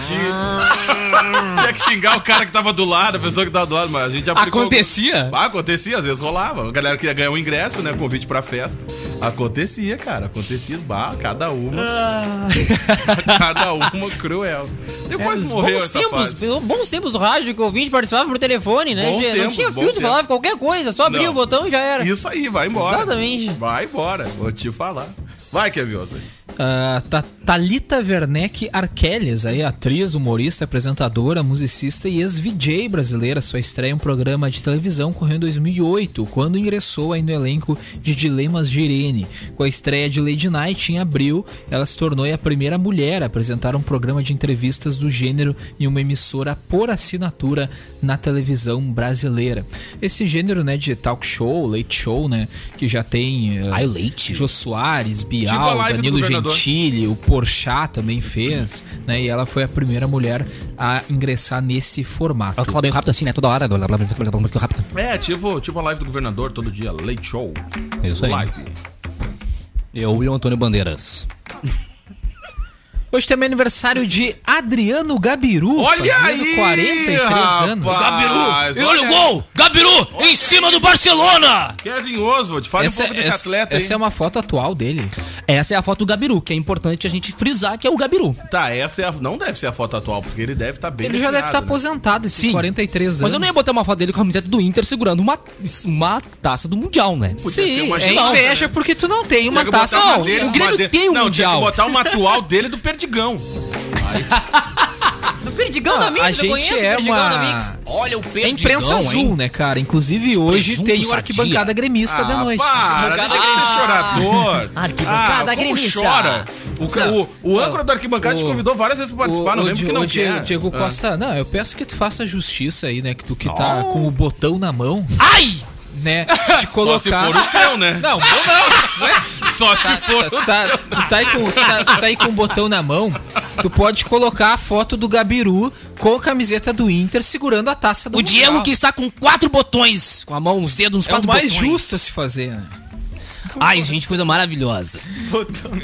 tinha que xingar o cara que tava do lado, a pessoa que tava do lado. Mas a gente aplicou- Acontecia? Ah, acontecia, às vezes rolava. A galera queria ganhar o ingresso, né? Convite pra festa. Acontecia, cara. Acontecia, bah, cada uma. Ah. cada uma cruel. Depois É, Os morreu bons essa tempos, fase. bons tempos do rádio que o ouvinte participava por telefone, né, Bons Gê? Não tempos, tinha bons filtro, tempos. falava qualquer coisa, só abria Não. o botão e já era. Isso aí, vai embora. Exatamente. Vai embora, vou te falar. Vai, Kevin Otto. Ah, Ta- Talita Werneck Arquelles, aí, atriz, humorista, apresentadora, musicista e ex-VJ brasileira, sua estreia em um programa de televisão ocorreu em 2008, quando ingressou aí no elenco de Dilemas de Irene. Com a estreia de Lady Night em abril, ela se tornou aí a primeira mulher a apresentar um programa de entrevistas do gênero em uma emissora por assinatura na televisão brasileira. Esse gênero, né, de talk show, late show, né, que já tem... ah, Ai, leite. Jô Soares, Tipo a Bial, live do ah, Danilo governador Gentili, o Porchat também fez, né? E ela foi a primeira mulher a ingressar nesse formato. Ela fala meio rápido assim, né? Toda hora. Blá, blá, blá, blá, blá, blá, muito rápido. É, tipo, tipo a live do governador todo dia, late show. Isso aí. Live. Eu e o Antônio Bandeiras. Hoje também é aniversário de Adriano Gabiru, Olha fazendo aí, 43 anos. rapaz. um Mas Gabiru! E olha o olha- gol! Gabiru! Em cima do Barcelona! Kevin Oswald, fala um pouco desse essa- atleta essa é aí. uma foto atual dele. Essa é a foto do Gabiru, que é importante a gente frisar que é o Gabiru. Tá, essa é a... não deve ser a foto atual, porque ele deve estar bem Ele já deve tá estar definado, né? aposentado, esses Sim. 43 anos. Mas eu não ia botar uma foto dele com a camiseta do Inter segurando uma, uma taça do Mundial, né? Podia ser uma é genial, inveja porque tu não tem uma Tinha que taça. botar uma não, dele, o Grêmio uma dele- tem não, um tinha que Mundial. botar uma atual dele do Perdigão. Do Perdigão da Mix, a eu gente conheço o é Perdigão uma- da Mix. Olha o É imprensa azul, né, cara? Inclusive hoje tem o presuntos arquibancada gremista da noite. Ah, para, deixa de ser chorador. Arquibancada ah, como gremista. chora. O, ca- o, o âncora do arquibancada te o- convidou várias vezes pra participar, não lembro Di- que não Di- tinha. Diego Ah. Costa, não, eu peço que tu faça justiça aí, né? Que tu que tá com o botão na mão, Ai! né? De Oh. Só se colocar. for o teu, né? Não, não, não. Só se for Tu o tá, tu, tá aí com, tu, tá, tu tá aí com o botão na mão, tu pode colocar a foto do Gabiru com a camiseta do Inter segurando a taça do O Diego Mundial. que está com quatro botões, com a mão, os dedos, uns é o quatro mais botões. justo a se fazer, né? Ai, gente, coisa maravilhosa.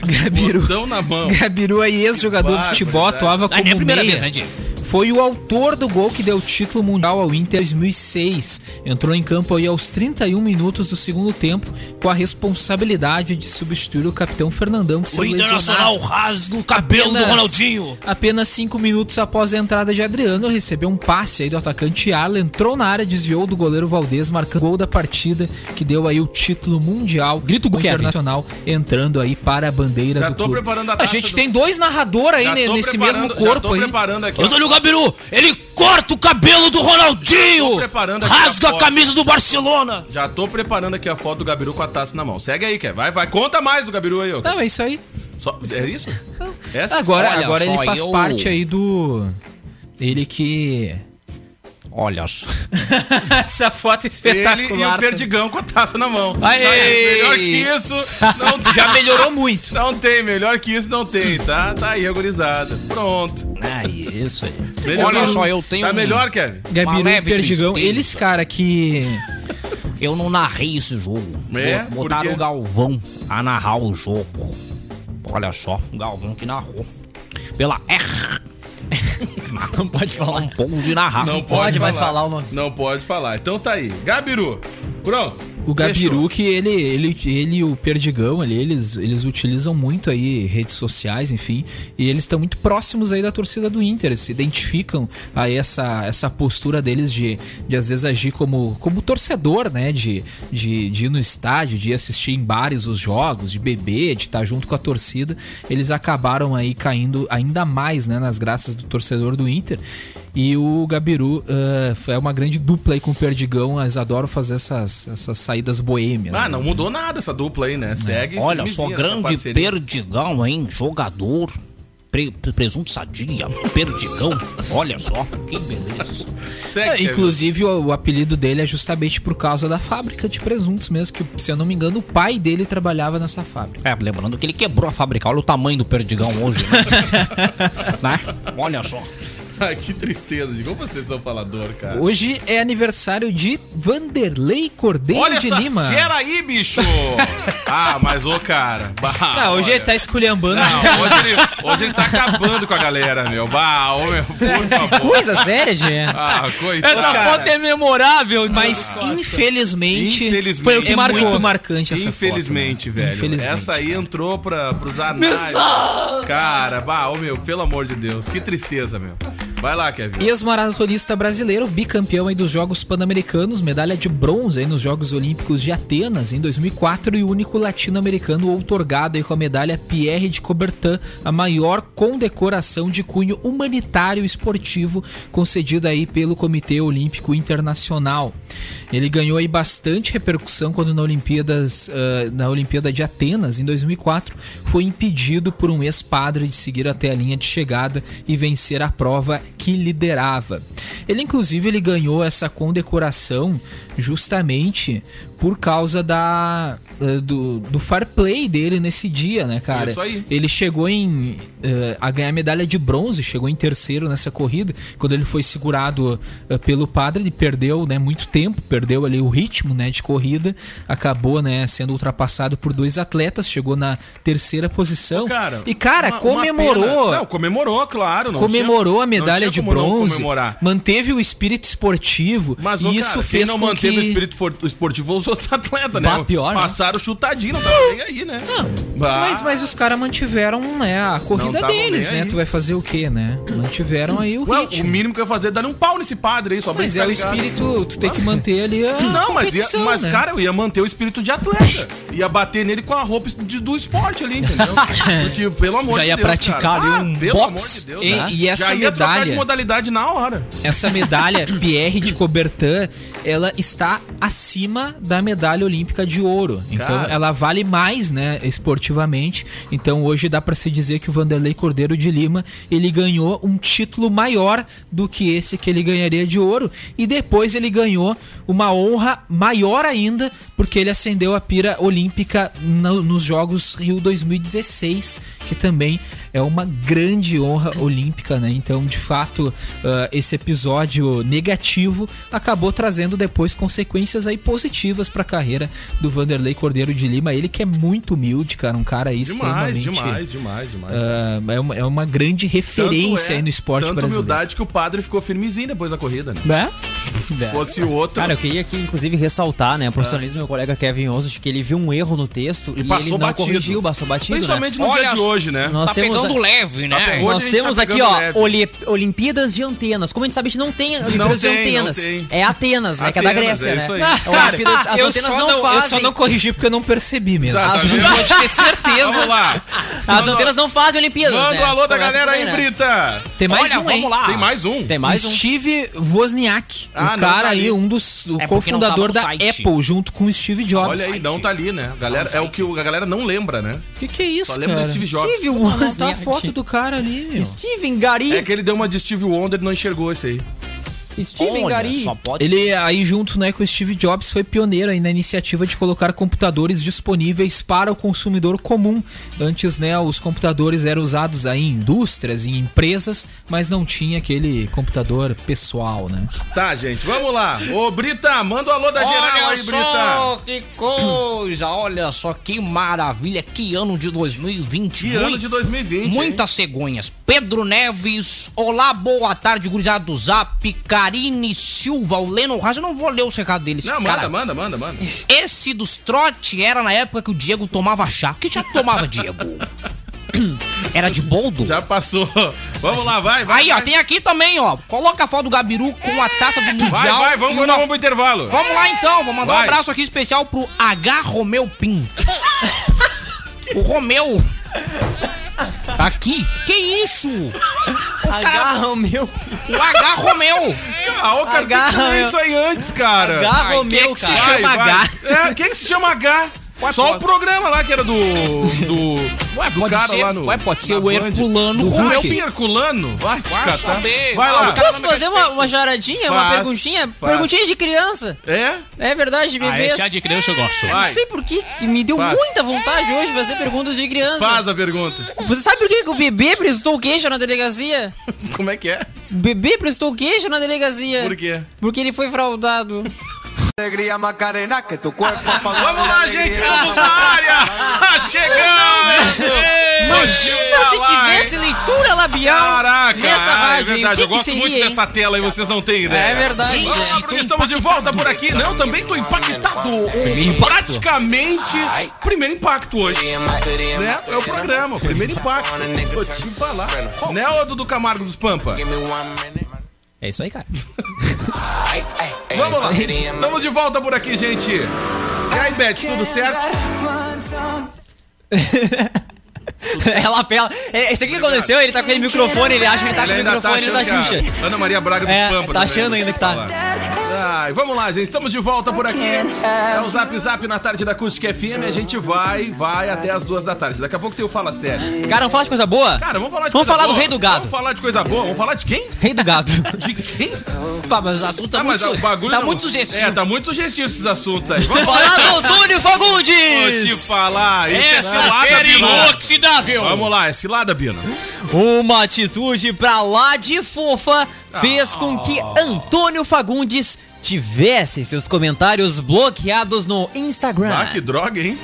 Gabiru. botão né? na mão. Gabiru aí, ex-jogador de Barbaridade. futebol, atuava Não é como nem a primeira meia. vez, né, Diego? Foi o autor do gol que deu o título mundial ao Inter em 2006. Entrou em campo aí aos 31 minutos do segundo tempo com a responsabilidade de substituir o capitão Fernandão que se O Internacional rasga o cabelo do Apenas- Ronaldinho. Apenas cinco minutos após a entrada de Adriano, ele recebeu um passe aí do atacante Arlen, entrou na área, desviou do goleiro Valdez, marcando o gol da partida, que deu aí o título mundial. Grito do Kevin. Internacional entrando aí para a bandeira Já do tô clube. preparando a taça gente do- tem dois narradores aí Já né, tô nesse preparando- mesmo já tô corpo aí. preparando aqui. Mas olha o Gabiru, ele corta o cabelo do Ronaldinho. preparando aqui um Rasga a a foto. camisa do Barcelona. Já tô preparando aqui a foto do Gabiru com a taça na mão. Segue aí, quer? Vai, vai. Conta mais do Gabiru aí, ô. Não, é isso aí. Só- é isso? Essa é a Agora, Olha agora só, ele faz eu- parte aí do. Ele que. Olha Essa foto é espetacular. Ele e o Perdigão com a taça na mão. Aê! Não, é melhor que isso, não, já melhorou muito. Não tem, melhor que isso não tem, tá? Tá aí, agorizada. Pronto. Ah, isso aí. Melhorou. Olha só, eu tenho Tá um- melhor, Kevin? Uma Gabiru e leve Perdigão, tristeza. eles, cara, que. Eu não narrei esse jogo. É? Bo- Por Botaram quê? o Galvão a narrar o jogo. Olha só, o Galvão que narrou. Pela R. Não pode falar. Não pode narrar. Não pode mais falar o nome. Não pode falar. Então tá aí. Gabiru. Pronto. Fechou. O Gabiru, que ele, ele, ele e o Perdigão ali, eles, eles utilizam muito aí redes sociais, enfim, e eles estão muito próximos aí da torcida do Inter, eles se identificam a essa, essa postura deles de, de às vezes agir como, como torcedor, né, de, de, de ir no estádio, de ir assistir em bares os jogos, de beber, de estar junto com a torcida, eles acabaram aí caindo ainda mais, né, nas graças do torcedor do Inter, e o Gabiru ah, é uma grande dupla aí com o Perdigão. Eles adoram fazer essas, essas saídas boêmias. Ah, né? não mudou nada essa dupla aí, né? Segue. Olha firmezinha só, essa grande parceria. perdigão, hein? Jogador. pre- presunto sadia. Perdigão. Olha só, que beleza. Segue, É, Kevin. inclusive, o, o apelido dele é justamente por causa da fábrica de presuntos mesmo, que, se eu não me engano, o pai dele trabalhava nessa fábrica. É, lembrando que ele quebrou a fábrica. Olha o tamanho do perdigão hoje. Né? Né? Olha só. Ai, que tristeza. De como vocês são falador, cara. Hoje é aniversário de Vanderlei Cordeiro Olha de essa Lima. fera aí, bicho. ah, mas ô, cara. Bah, Não, hoje olha. ele tá esculhambando. Não, hoje ele, hoje ele tá acabando com a galera, meu. Bah, ô, meu, por favor. Coisa séria, Diego. Ah, coitado. foto é memorável, mas infelizmente, Infelizmente. foi o que É marcou. muito marcante Infelizmente, foto, né? velho. Infelizmente. Essa aí entrou pra, pros anais. Cara, bah, ô, meu, pelo amor de Deus. Que tristeza, meu. Vai lá, Kevin. Ex-maratonista brasileiro, bicampeão aí dos Jogos Pan-Americanos, medalha de bronze aí nos Jogos Olímpicos de Atenas em 2004 e o único latino-americano outorgado aí com a medalha Pierre de Coubertin, a maior condecoração de cunho humanitário e esportivo concedida aí pelo Comitê Olímpico Internacional. Ele ganhou aí bastante repercussão quando na Olimpíadas, ah, na Olimpíada de Atenas em 2004 foi impedido por um ex-padre de seguir até a linha de chegada e vencer a prova que liderava. Ele inclusive ele ganhou essa condecoração justamente por causa da eh, do, do fair play dele nesse dia, né, cara? Isso aí. Ele chegou em eh, a ganhar medalha de bronze, chegou em terceiro nessa corrida. Quando ele foi segurado eh, pelo padre, ele perdeu, né, muito tempo, perdeu ali o ritmo, né, de corrida, acabou, né, sendo ultrapassado por dois atletas, chegou na terceira posição. Ô, cara, e cara, uma- uma comemorou. pena. não, comemorou, claro. não comemorou tinha- a medalha não tinha de como não bronze, comemorar. manteve o espírito esportivo Mas ô, e isso cara, fez quem não com que manteve o espírito for- esportivo foi os outros atletas, né? Bah, pior, né? Passaram chutadinho, não tava nem aí, né? Bah. Mas, mas os caras mantiveram né, a corrida tavam deles, nem né? aí. Tu vai fazer o quê, né? Mantiveram aí o Ué, o ritmo. mínimo que eu ia fazer é dar um pau nesse padre aí, só pra Mas ele é o ficar tá ligado. espírito, tu tem que manter ali a Não, mas, ia, competição, mas né? cara, eu ia manter o espírito de atleta. Ia bater nele com a roupa de- do esporte ali, entendeu? Porque, pelo amor Já de ia Deus, praticar cara. Ah, ali um pelo boxe. amor de E- Deus, né? e essa Já ia trocar de medalha- modalidade na hora. Essa medalha Pierre de Coubertin, ela está acima da medalha olímpica de ouro. Então Cara. ela vale mais, né, esportivamente. Então hoje dá para se dizer que o Vanderlei Cordeiro de Lima, ele ganhou um título maior do que esse que ele ganharia de ouro e depois ele ganhou uma honra maior ainda, porque ele acendeu a pira olímpica no- nos Jogos Rio 2016, que também é uma grande honra olímpica, né? Então, de fato, ah, esse episódio negativo acabou trazendo depois consequências aí positivas para a carreira do Vanderlei Cordeiro de Lima. Ele que é muito humilde, cara, um cara aí Demais, extremamente. demais, demais, demais. ah, é, uma, é uma grande referência Tanto é- aí no esporte tanta brasileiro. humildade que o padre ficou firmezinho depois da corrida, né? Né? Se fosse o outro. Cara, eu queria aqui, inclusive, ressaltar, É. né, o profissionalismo do meu colega Kevin Osos, que ele viu um erro no texto e, passou ele não batido. corrigiu, passou batido, né? Principalmente no Olha dia de só- hoje, né? Nós Tá temos, pegando leve, né? É, pegando- nós hoje a gente temos tá aqui, pegando ó, leve. Oli- Olimpíadas de Antenas. Como a gente sabe, a gente não tem Olimpíadas tem, de não Antenas. tem. É Atenas, né, que é da Atenas, Grécia, é né? isso aí. Então, Olimpíadas- as eu, Antenas só não, não, eu só fazem... não corrigi porque eu não percebi mesmo. Tá, tá As- vendo? Pode ter certeza. Vamos lá. As antenas não fazem Olimpíadas, um Manda né? o é, alô da Começa galera por aí, né? Brita. Tá Tem mais Olha, um, hein? vamos lá. Tem mais um? Tem mais um. Steve Wozniak, Ah, o não, cara tá ali. aí, um dos o É porque não cofundador tá da no site. Apple, junto com o Steve Jobs. Olha aí, não tá ali, né? A galera, é o que o- a galera não lembra, né? Que que é isso, Só lembra cara? do Steve Jobs. Steve Não tá a Wozniak. foto do cara ali, meu. Steven Gary. É que ele deu uma de Steve Wonder e não enxergou esse aí. Steven Olha, Gary. só pode Ele aí junto né, com o Steve Jobs foi pioneiro aí na iniciativa de colocar computadores disponíveis para o consumidor comum. Antes, né, os computadores eram usados aí em indústrias, em empresas, mas não tinha aquele computador pessoal, né? Tá, gente, vamos lá. Ô, Brita, manda o alô da geral Olha aí, só Brita. que coisa, olha só que maravilha, que ano de 2020. Que ano de 2020. hein? Muitas cegonhas. Pedro Neves, olá, boa tarde, gurizada do Zap, Karine Silva, o Leno Raza, eu não vou ler o recado deles. Não, manda, cara. manda, manda, manda. Esse dos trote era na época que o Diego tomava chá. Que chá que tomava, Diego? Era de boldo? Já passou. Vamos lá, vai, vai. Aí, ó, vai. tem aqui também, ó. Coloca a foto do Gabiru com a taça do Mundial. Vai, vai, vamos, e vamos, uma vamos pro intervalo. Vamos lá então, vou mandar um Vai. abraço aqui especial pro H. Romeu Pim. o Romeu. Tá Aqui? Que isso? É, Agarra o meu. O H. Romeu. Ah, ô, cara, H, quem que leu isso aí antes, cara? Agarra o meu, é que se cara. Vai, chama vai. H. É, quem que se chama H? Só o programa lá que era do. do ué, do pode cara ser- lá no. ué, pode ser na o Band. Herculano Do Roque. Hulk. É o Herculano? Vai, te Vai catar. saber, Vai vai, lá. os caras- Posso fazer uma, uma charadinha, uma Faz, perguntinha? faz. Perguntinha de criança. É? É verdade, de bebês. criança eu gosto. Não Vai. sei por que que me deu Faz. muita vontade hoje fazer perguntas de criança. Faz a pergunta. Você sabe por que, que o bebê prestou queixa na delegacia? Como é que é? O bebê prestou queixa na delegacia. Por quê? Porque ele foi fraudado. Alegria Macarena, que tu corpo é Vamos lá, gente, estamos na área! Chegamos! Imagina se tivesse leitura labial Caraca! ah, nessa é rádio, hein? O verdade, que, eu que gosto seria, muito hein? dessa tela e vocês não têm ideia. É verdade. Vamos lá, porque estamos de volta por aqui. Não, também tô impactado. Praticamente primeiro impacto hoje. Né? É o programa, primeiro impacto. Vou te falar. Né, ô Dudu Camargo dos Pampa? É isso aí, cara. Vamos lá. Estamos de volta por aqui, gente. E aí, Beth, tudo certo? Ela apela. É, Esse aqui que aconteceu, ele tá com aquele microfone, ele acha que ele tá com o Ele ainda tá microfone da achando que a Xuxa. Ana Maria Braga dos É, Pampa. tá também. achando ainda que tá. Ah, Ai, vamos lá, gente. Estamos de volta por aqui. É o Zap Zap na tarde da Acústica FM. A gente vai, vai até as duas da tarde. Daqui a pouco tem o Fala Sério. Cara, vamos falar de coisa boa? Cara, vamos falar de Vamos coisa falar do boa. Rei do Gado. Vamos falar de coisa boa. Vamos falar de quem? Rei do Gado. De quem? Pá, mas os assuntos Ah, mas o bagulho tá não- muito sugestivo. É, tá muito sugestivo esses assuntos aí. Vamos Falar do Antônio Vou Fagundes! te falar. isso é Essa cilada, série Bino. inoxidável. Vamos lá, é cilada, Bino. Uma atitude pra lá de fofa Ah. fez com que Antônio Fagundes tivesse seus comentários bloqueados no Instagram. Ah, que droga, hein?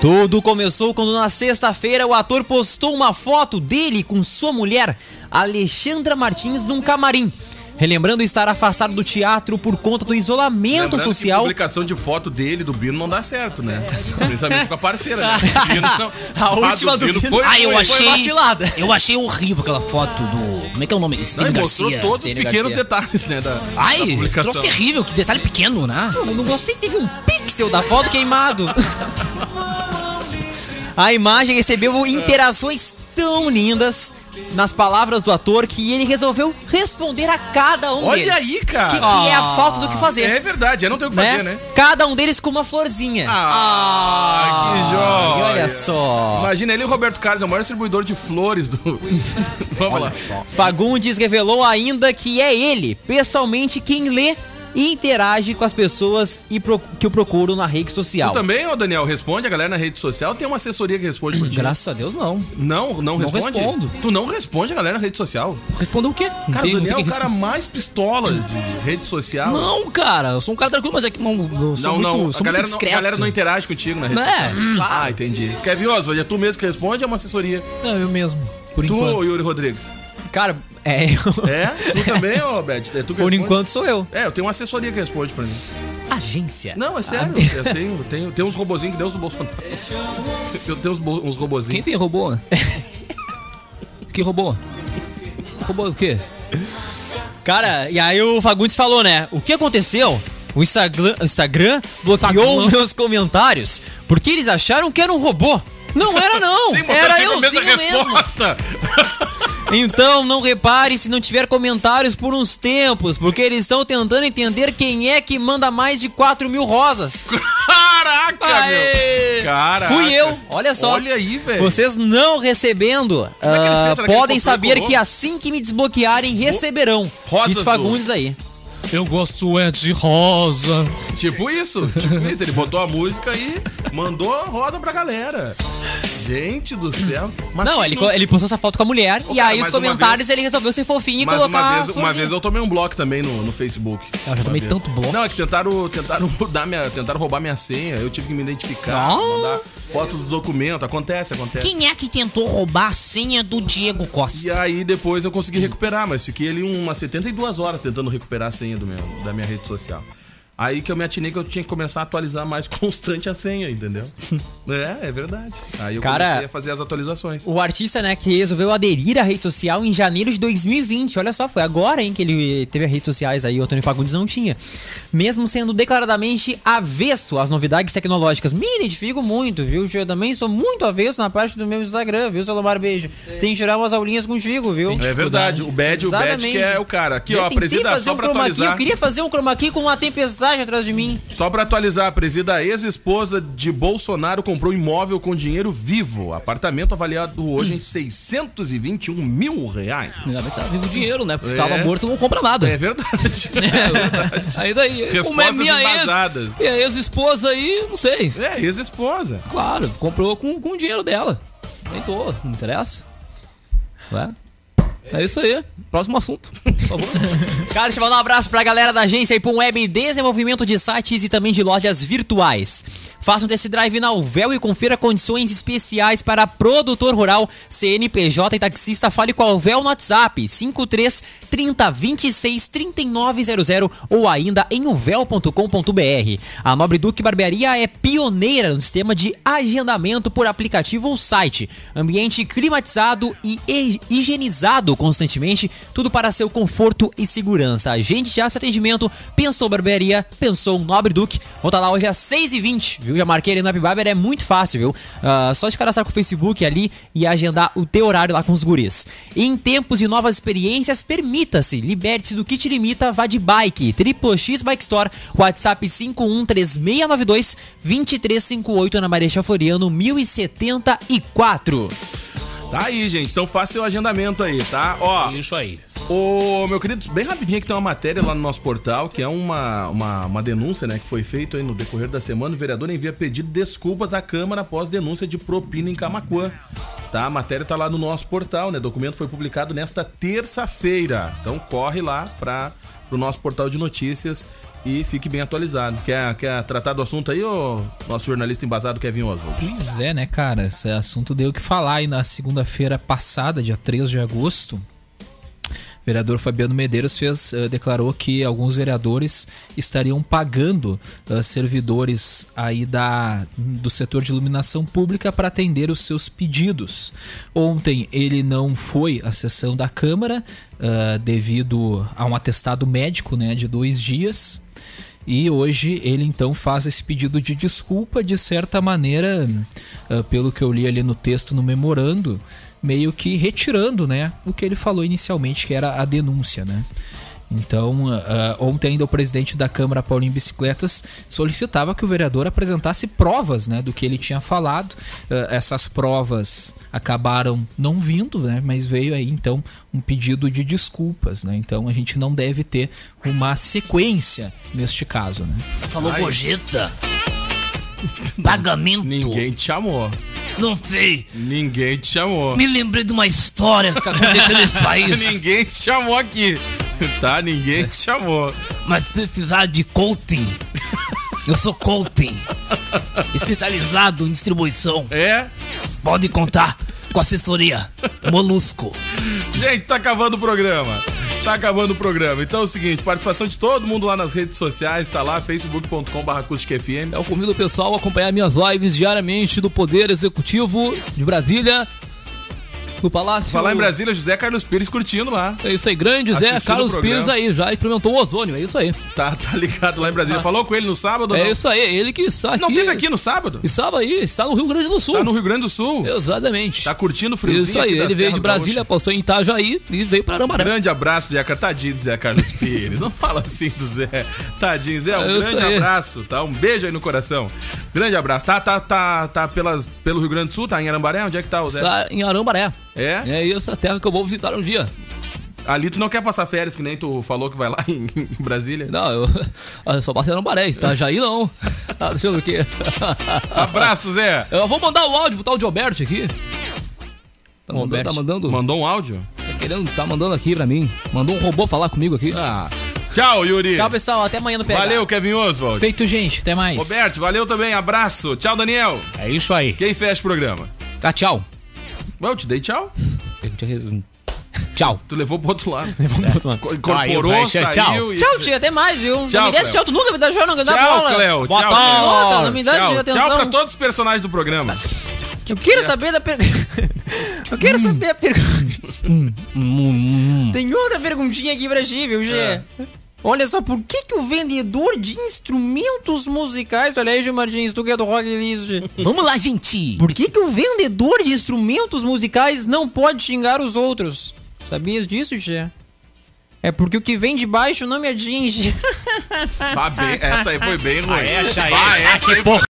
Tudo começou quando na sexta-feira o ator postou uma foto dele com sua mulher, Alexandra Martins, num camarim. Relembrando estar afastado do teatro por conta do isolamento Lembrando que social. publicação de foto dele do Bino não dá certo, né? Principalmente com a parceira. Né? Bino não- A última do Bino. foi, Ah, eu foi- achei. foi- vacilada. Eu achei horrível aquela foto do. Como é que é o nome? Não, Estênio e mostrou Garcia. todos os Estênio pequenos Garcia. detalhes, né? Da, da Ai, publicação. trouxe terrível, que detalhe pequeno, né? Eu não gostei, teve um pixel da foto queimado. A imagem recebeu interações tão lindas nas palavras do ator que ele resolveu responder a cada um Olha deles. aí, cara. Que, que é a falta do que fazer. É verdade, eu não tenho o que fazer, né? Cada um deles com uma florzinha. Ah, que Ah, joia. e olha só. Imagina ele e o Roberto Carlos, é o maior distribuidor de flores do. Vamos lá. Fagundes revelou ainda que é ele, pessoalmente, quem lê e interage com as pessoas e pro- que o procuram na rede social. Tu também, ô Daniel, responde a galera na rede social. Tem uma assessoria que responde por ti. Graças a Deus, não. Não, não responde. respondo. Tu não responde a galera na rede social. Respondeu o quê? Cara, Tem- o não Daniel é tem o que cara mais pistola de rede social. Não, cara, eu sou um cara tranquilo, mas é que não. Eu sou não, muito, não. Sou muito A galera, não a discreto. galera não interage contigo na rede Né? é? social. Hum. Ah, entendi. Kevin Oswald, é tu mesmo que responde ou é uma assessoria? Não, eu mesmo. Por tu, enquanto. Yuri Rodrigues? Cara, é eu. É? Tu também, ô, Beth? É tu que Por responde? enquanto sou eu. É, eu tenho uma assessoria que responde pra mim. Agência. Não, é sério. Ah, Eu tenho, tenho, tenho uns robozinhos que deu do Bolsonaro. Eu tenho uns, bo- uns Quem robozinhos. tem robô? que robô? Robô o quê? Cara, e aí o Fagundes falou, né? O que aconteceu? O Instagram, o Instagram bloqueou Instagram. meus comentários porque eles acharam que era um robô. Não era não, Sim, mas era sempre a eu mesma mesmo. resposta. Então não repare se não tiver comentários por uns tempos, porque eles estão tentando entender quem é que manda mais de 4 mil rosas. Caraca, meu. Caraca. Fui eu, olha só. Olha aí, velho. Vocês não recebendo, Será é que ele ah, fez? Será que ele podem copiou e saber colou? que assim que me desbloquearem, receberão. Rosas Diz Fagundes aí. Eu gosto é de rosa. Tipo isso, tipo isso. Ele botou a música e mandou a roda pra galera. Gente do céu. Mas Não, quem ele, co- ele postou essa foto com a mulher e cara, aí os mas uma comentários ele resolveu ser fofinho e Mas colocar. uma vez, uma florzinha. vez eu tomei um bloco também no, no Facebook. Eu já tomei vez. tanto bloco. Não, é que tentaram, tentaram mudar minha. Tentaram roubar minha senha, eu tive que me identificar, Não. mandar foto dos documentos. Acontece, acontece. Quem é que tentou roubar a senha do Diego Costa? E aí depois eu consegui recuperar, mas fiquei ali umas 72 horas tentando recuperar a senha do meu, da minha rede social. Aí que eu me atinei que eu tinha que começar a atualizar mais constante a senha, entendeu? é, é verdade. Aí eu Cara- comecei a fazer as atualizações. O artista, né, que resolveu aderir à rede social em janeiro de 2020. Olha só, foi agora, hein, que ele teve as redes sociais aí, o Antônio Fagundes não tinha. Mesmo sendo declaradamente avesso às novidades tecnológicas. Me identifico muito, viu, Gio? Eu também sou muito avesso na parte do meu Instagram, viu, Salomar? Beijo. Tem que tirar umas aulinhas contigo, viu? É verdade, o Bad, o Bad que é o cara. Aqui, Já ó, tentei presida, fazer só um pra chroma key, atualizar. Eu queria fazer um chroma key com uma tempestade atrás de mim. Só pra atualizar, a presida a ex-esposa de Bolsonaro comprou imóvel com dinheiro vivo. Apartamento avaliado hoje em Hum. 621 mil reais. Ainda bem que tá vivo o dinheiro, né? Porque se É. tava morto, não compra nada. É verdade. é Aí daí, como é Respostas minha embasadas. ex, minha ex-esposa aí, não sei. É, ex-esposa. Claro, comprou com, com o dinheiro dela. Tentou, não interessa. Ué? É isso aí. Próximo assunto. Por favor. Cara, deixa eu mandar um abraço pra galera da agência Ipum Web Desenvolvimento de sites e também de lojas virtuais. Faça um test drive na Uvel e confira condições especiais para produtor rural, CNPJ e taxista. Fale com a Uvel no WhatsApp 53 30 26 3900 ou ainda em uvel.com.br. A Nobre Duque Barbearia é pioneira no sistema de agendamento por aplicativo ou site. Ambiente climatizado e hi- higienizado constantemente, tudo para seu conforto e segurança. Agente já esse atendimento, pensou barbearia, pensou um nobre duque. Volta lá hoje às 6h20, viu? viu? Já marquei ele no AppBarber, é muito fácil, viu? Ah, só se cadastrar com o Facebook ali e agendar o teu horário lá com os guris. Em tempos e novas experiências, permita-se, liberte-se do que te limita, vá de bike. Triplo X Bike Store, WhatsApp 513692 2358 na Marechal Floriano 1074. Tá aí, gente. Então faça seu agendamento aí, tá? Ó, Isso aí. Ô, meu querido, bem rapidinho que tem uma matéria lá no nosso portal, que é uma, uma, uma denúncia, né, que foi feita aí no decorrer da semana. O vereador envia pedido de desculpas à Câmara após denúncia de propina em Camacuã. Tá? A matéria tá lá no nosso portal, né? O documento foi publicado nesta terça-feira. Então corre lá para pro nosso portal de notícias e fique bem atualizado. Quer, quer tratar do assunto aí, ô nosso jornalista embasado Kevin Oswald? Pois é, né, cara? Esse assunto deu o que falar aí na segunda-feira passada, dia 3 de agosto. O vereador Fabiano Medeiros fez, eh, declarou que alguns vereadores estariam pagando eh, servidores aí da, do setor de iluminação pública para atender os seus pedidos. Ontem ele não foi à sessão da Câmara ah, devido a um atestado médico né, de dois dias. E hoje ele então faz esse pedido de desculpa, de certa maneira, ah, pelo que eu li ali no texto, no memorando, meio que retirando né, o que ele falou inicialmente, que era a denúncia. Né? Então, ah, ah, ontem ainda o presidente da Câmara, Paulinho Bicicletas, solicitava que o vereador apresentasse provas né, do que ele tinha falado. Ah, essas provas acabaram não vindo, né, mas veio aí então um pedido de desculpas. Né? Então a gente não deve ter uma sequência neste caso. Né? Falou gorjeta. Pagamento. Ninguém te chamou. Não sei. Ninguém te chamou. Me lembrei de uma história que aconteceu nesse país. Ninguém te chamou aqui. Tá? Ninguém te chamou. Mas precisar de coaching. Eu sou coaching. Especializado em distribuição. É? Pode contar com assessoria. Molusco. Gente, tá acabando o programa. Tá acabando o programa. Então é o seguinte, participação de todo mundo lá nas redes sociais, tá lá, facebook.com.br acústicafm. Eu Então, convido o pessoal a acompanhar minhas lives diariamente do Poder Executivo de Brasília, no Palácio. Falar Tá em Brasília, José Carlos Pires curtindo lá. É isso aí, grande Zé Assistindo Carlos o programa. Pires aí, já experimentou o ozônio, é isso aí. Tá, tá ligado lá em Brasília. Falou com ele no sábado? É não? isso aí, ele que está aqui. Não teve aqui no sábado? Estava aí, está no Rio Grande do Sul. Tá no Rio Grande do Sul? Exatamente. Tá curtindo o friozinho? Isso aí, aqui das ele veio de terras Brasília, passou em Itajaí e veio para Arambaré. Grande abraço, Zeca. Tadinho do Zé Carlos Pires. Não fala assim do Zé. Tadinho, Zé. Um É isso grande aí. abraço, tá? Um beijo aí no coração. Grande abraço. Tá, tá, tá, tá pelas, pelo Rio Grande do Sul, tá em Arambaré? Onde é que tá o Zé? Está em Arambaré. É? É isso, a terra que eu vou visitar um dia. Ali tu não quer passar férias, que nem tu falou que vai lá em, em Brasília. Não, eu, eu só passei em Arambaré, Itajaí não. Ah, deixa eu ver o quê. Tá Abraço, Zé. Eu vou mandar o áudio pro tal de Alberto aqui. Tá mandando, Alberto. tá mandando, Mandou um áudio? tá querendo, tá mandando aqui pra mim. Mandou um robô falar comigo aqui. Ah. Tchau, Yuri. Tchau, pessoal. Até amanhã no PH. Valeu, Kevin Oswald. Feito, gente. Até mais. Roberto, valeu também. Abraço. Tchau, Daniel. É isso aí. Quem fecha o programa? Tá, tchau. Ué, eu te dei tchau. Tchau. Tu levou pro outro lado. Co- Saiu, Incorporou, vai saiu. ser tchau. e- Tchau, tia. Até mais, viu? Tchau, não me desse Cleo. tchau. Tu nunca me dá tchau, não me dá Tchau, bola. Cleo. Boa tchau, tarde. Cleo. Nota, não me dá Tchau. atenção. Tchau pra todos os personagens do programa. Eu quero saber da pergunta. Eu quero saber a pergunta. Hum, Tem outra perguntinha aqui pra ti, viu, Gê? É. Olha só, por que, que o vendedor de instrumentos musicais. Olha aí, Gil Martins, tu que é do rock list. Gê. Vamos lá, gente. Por que, que o vendedor de instrumentos musicais não pode xingar os outros? Sabias disso, Gê? É porque o que vem de baixo não me atinge. Ah, bem- essa aí foi bem ruim. Essa aí. Ah, essa aí porra.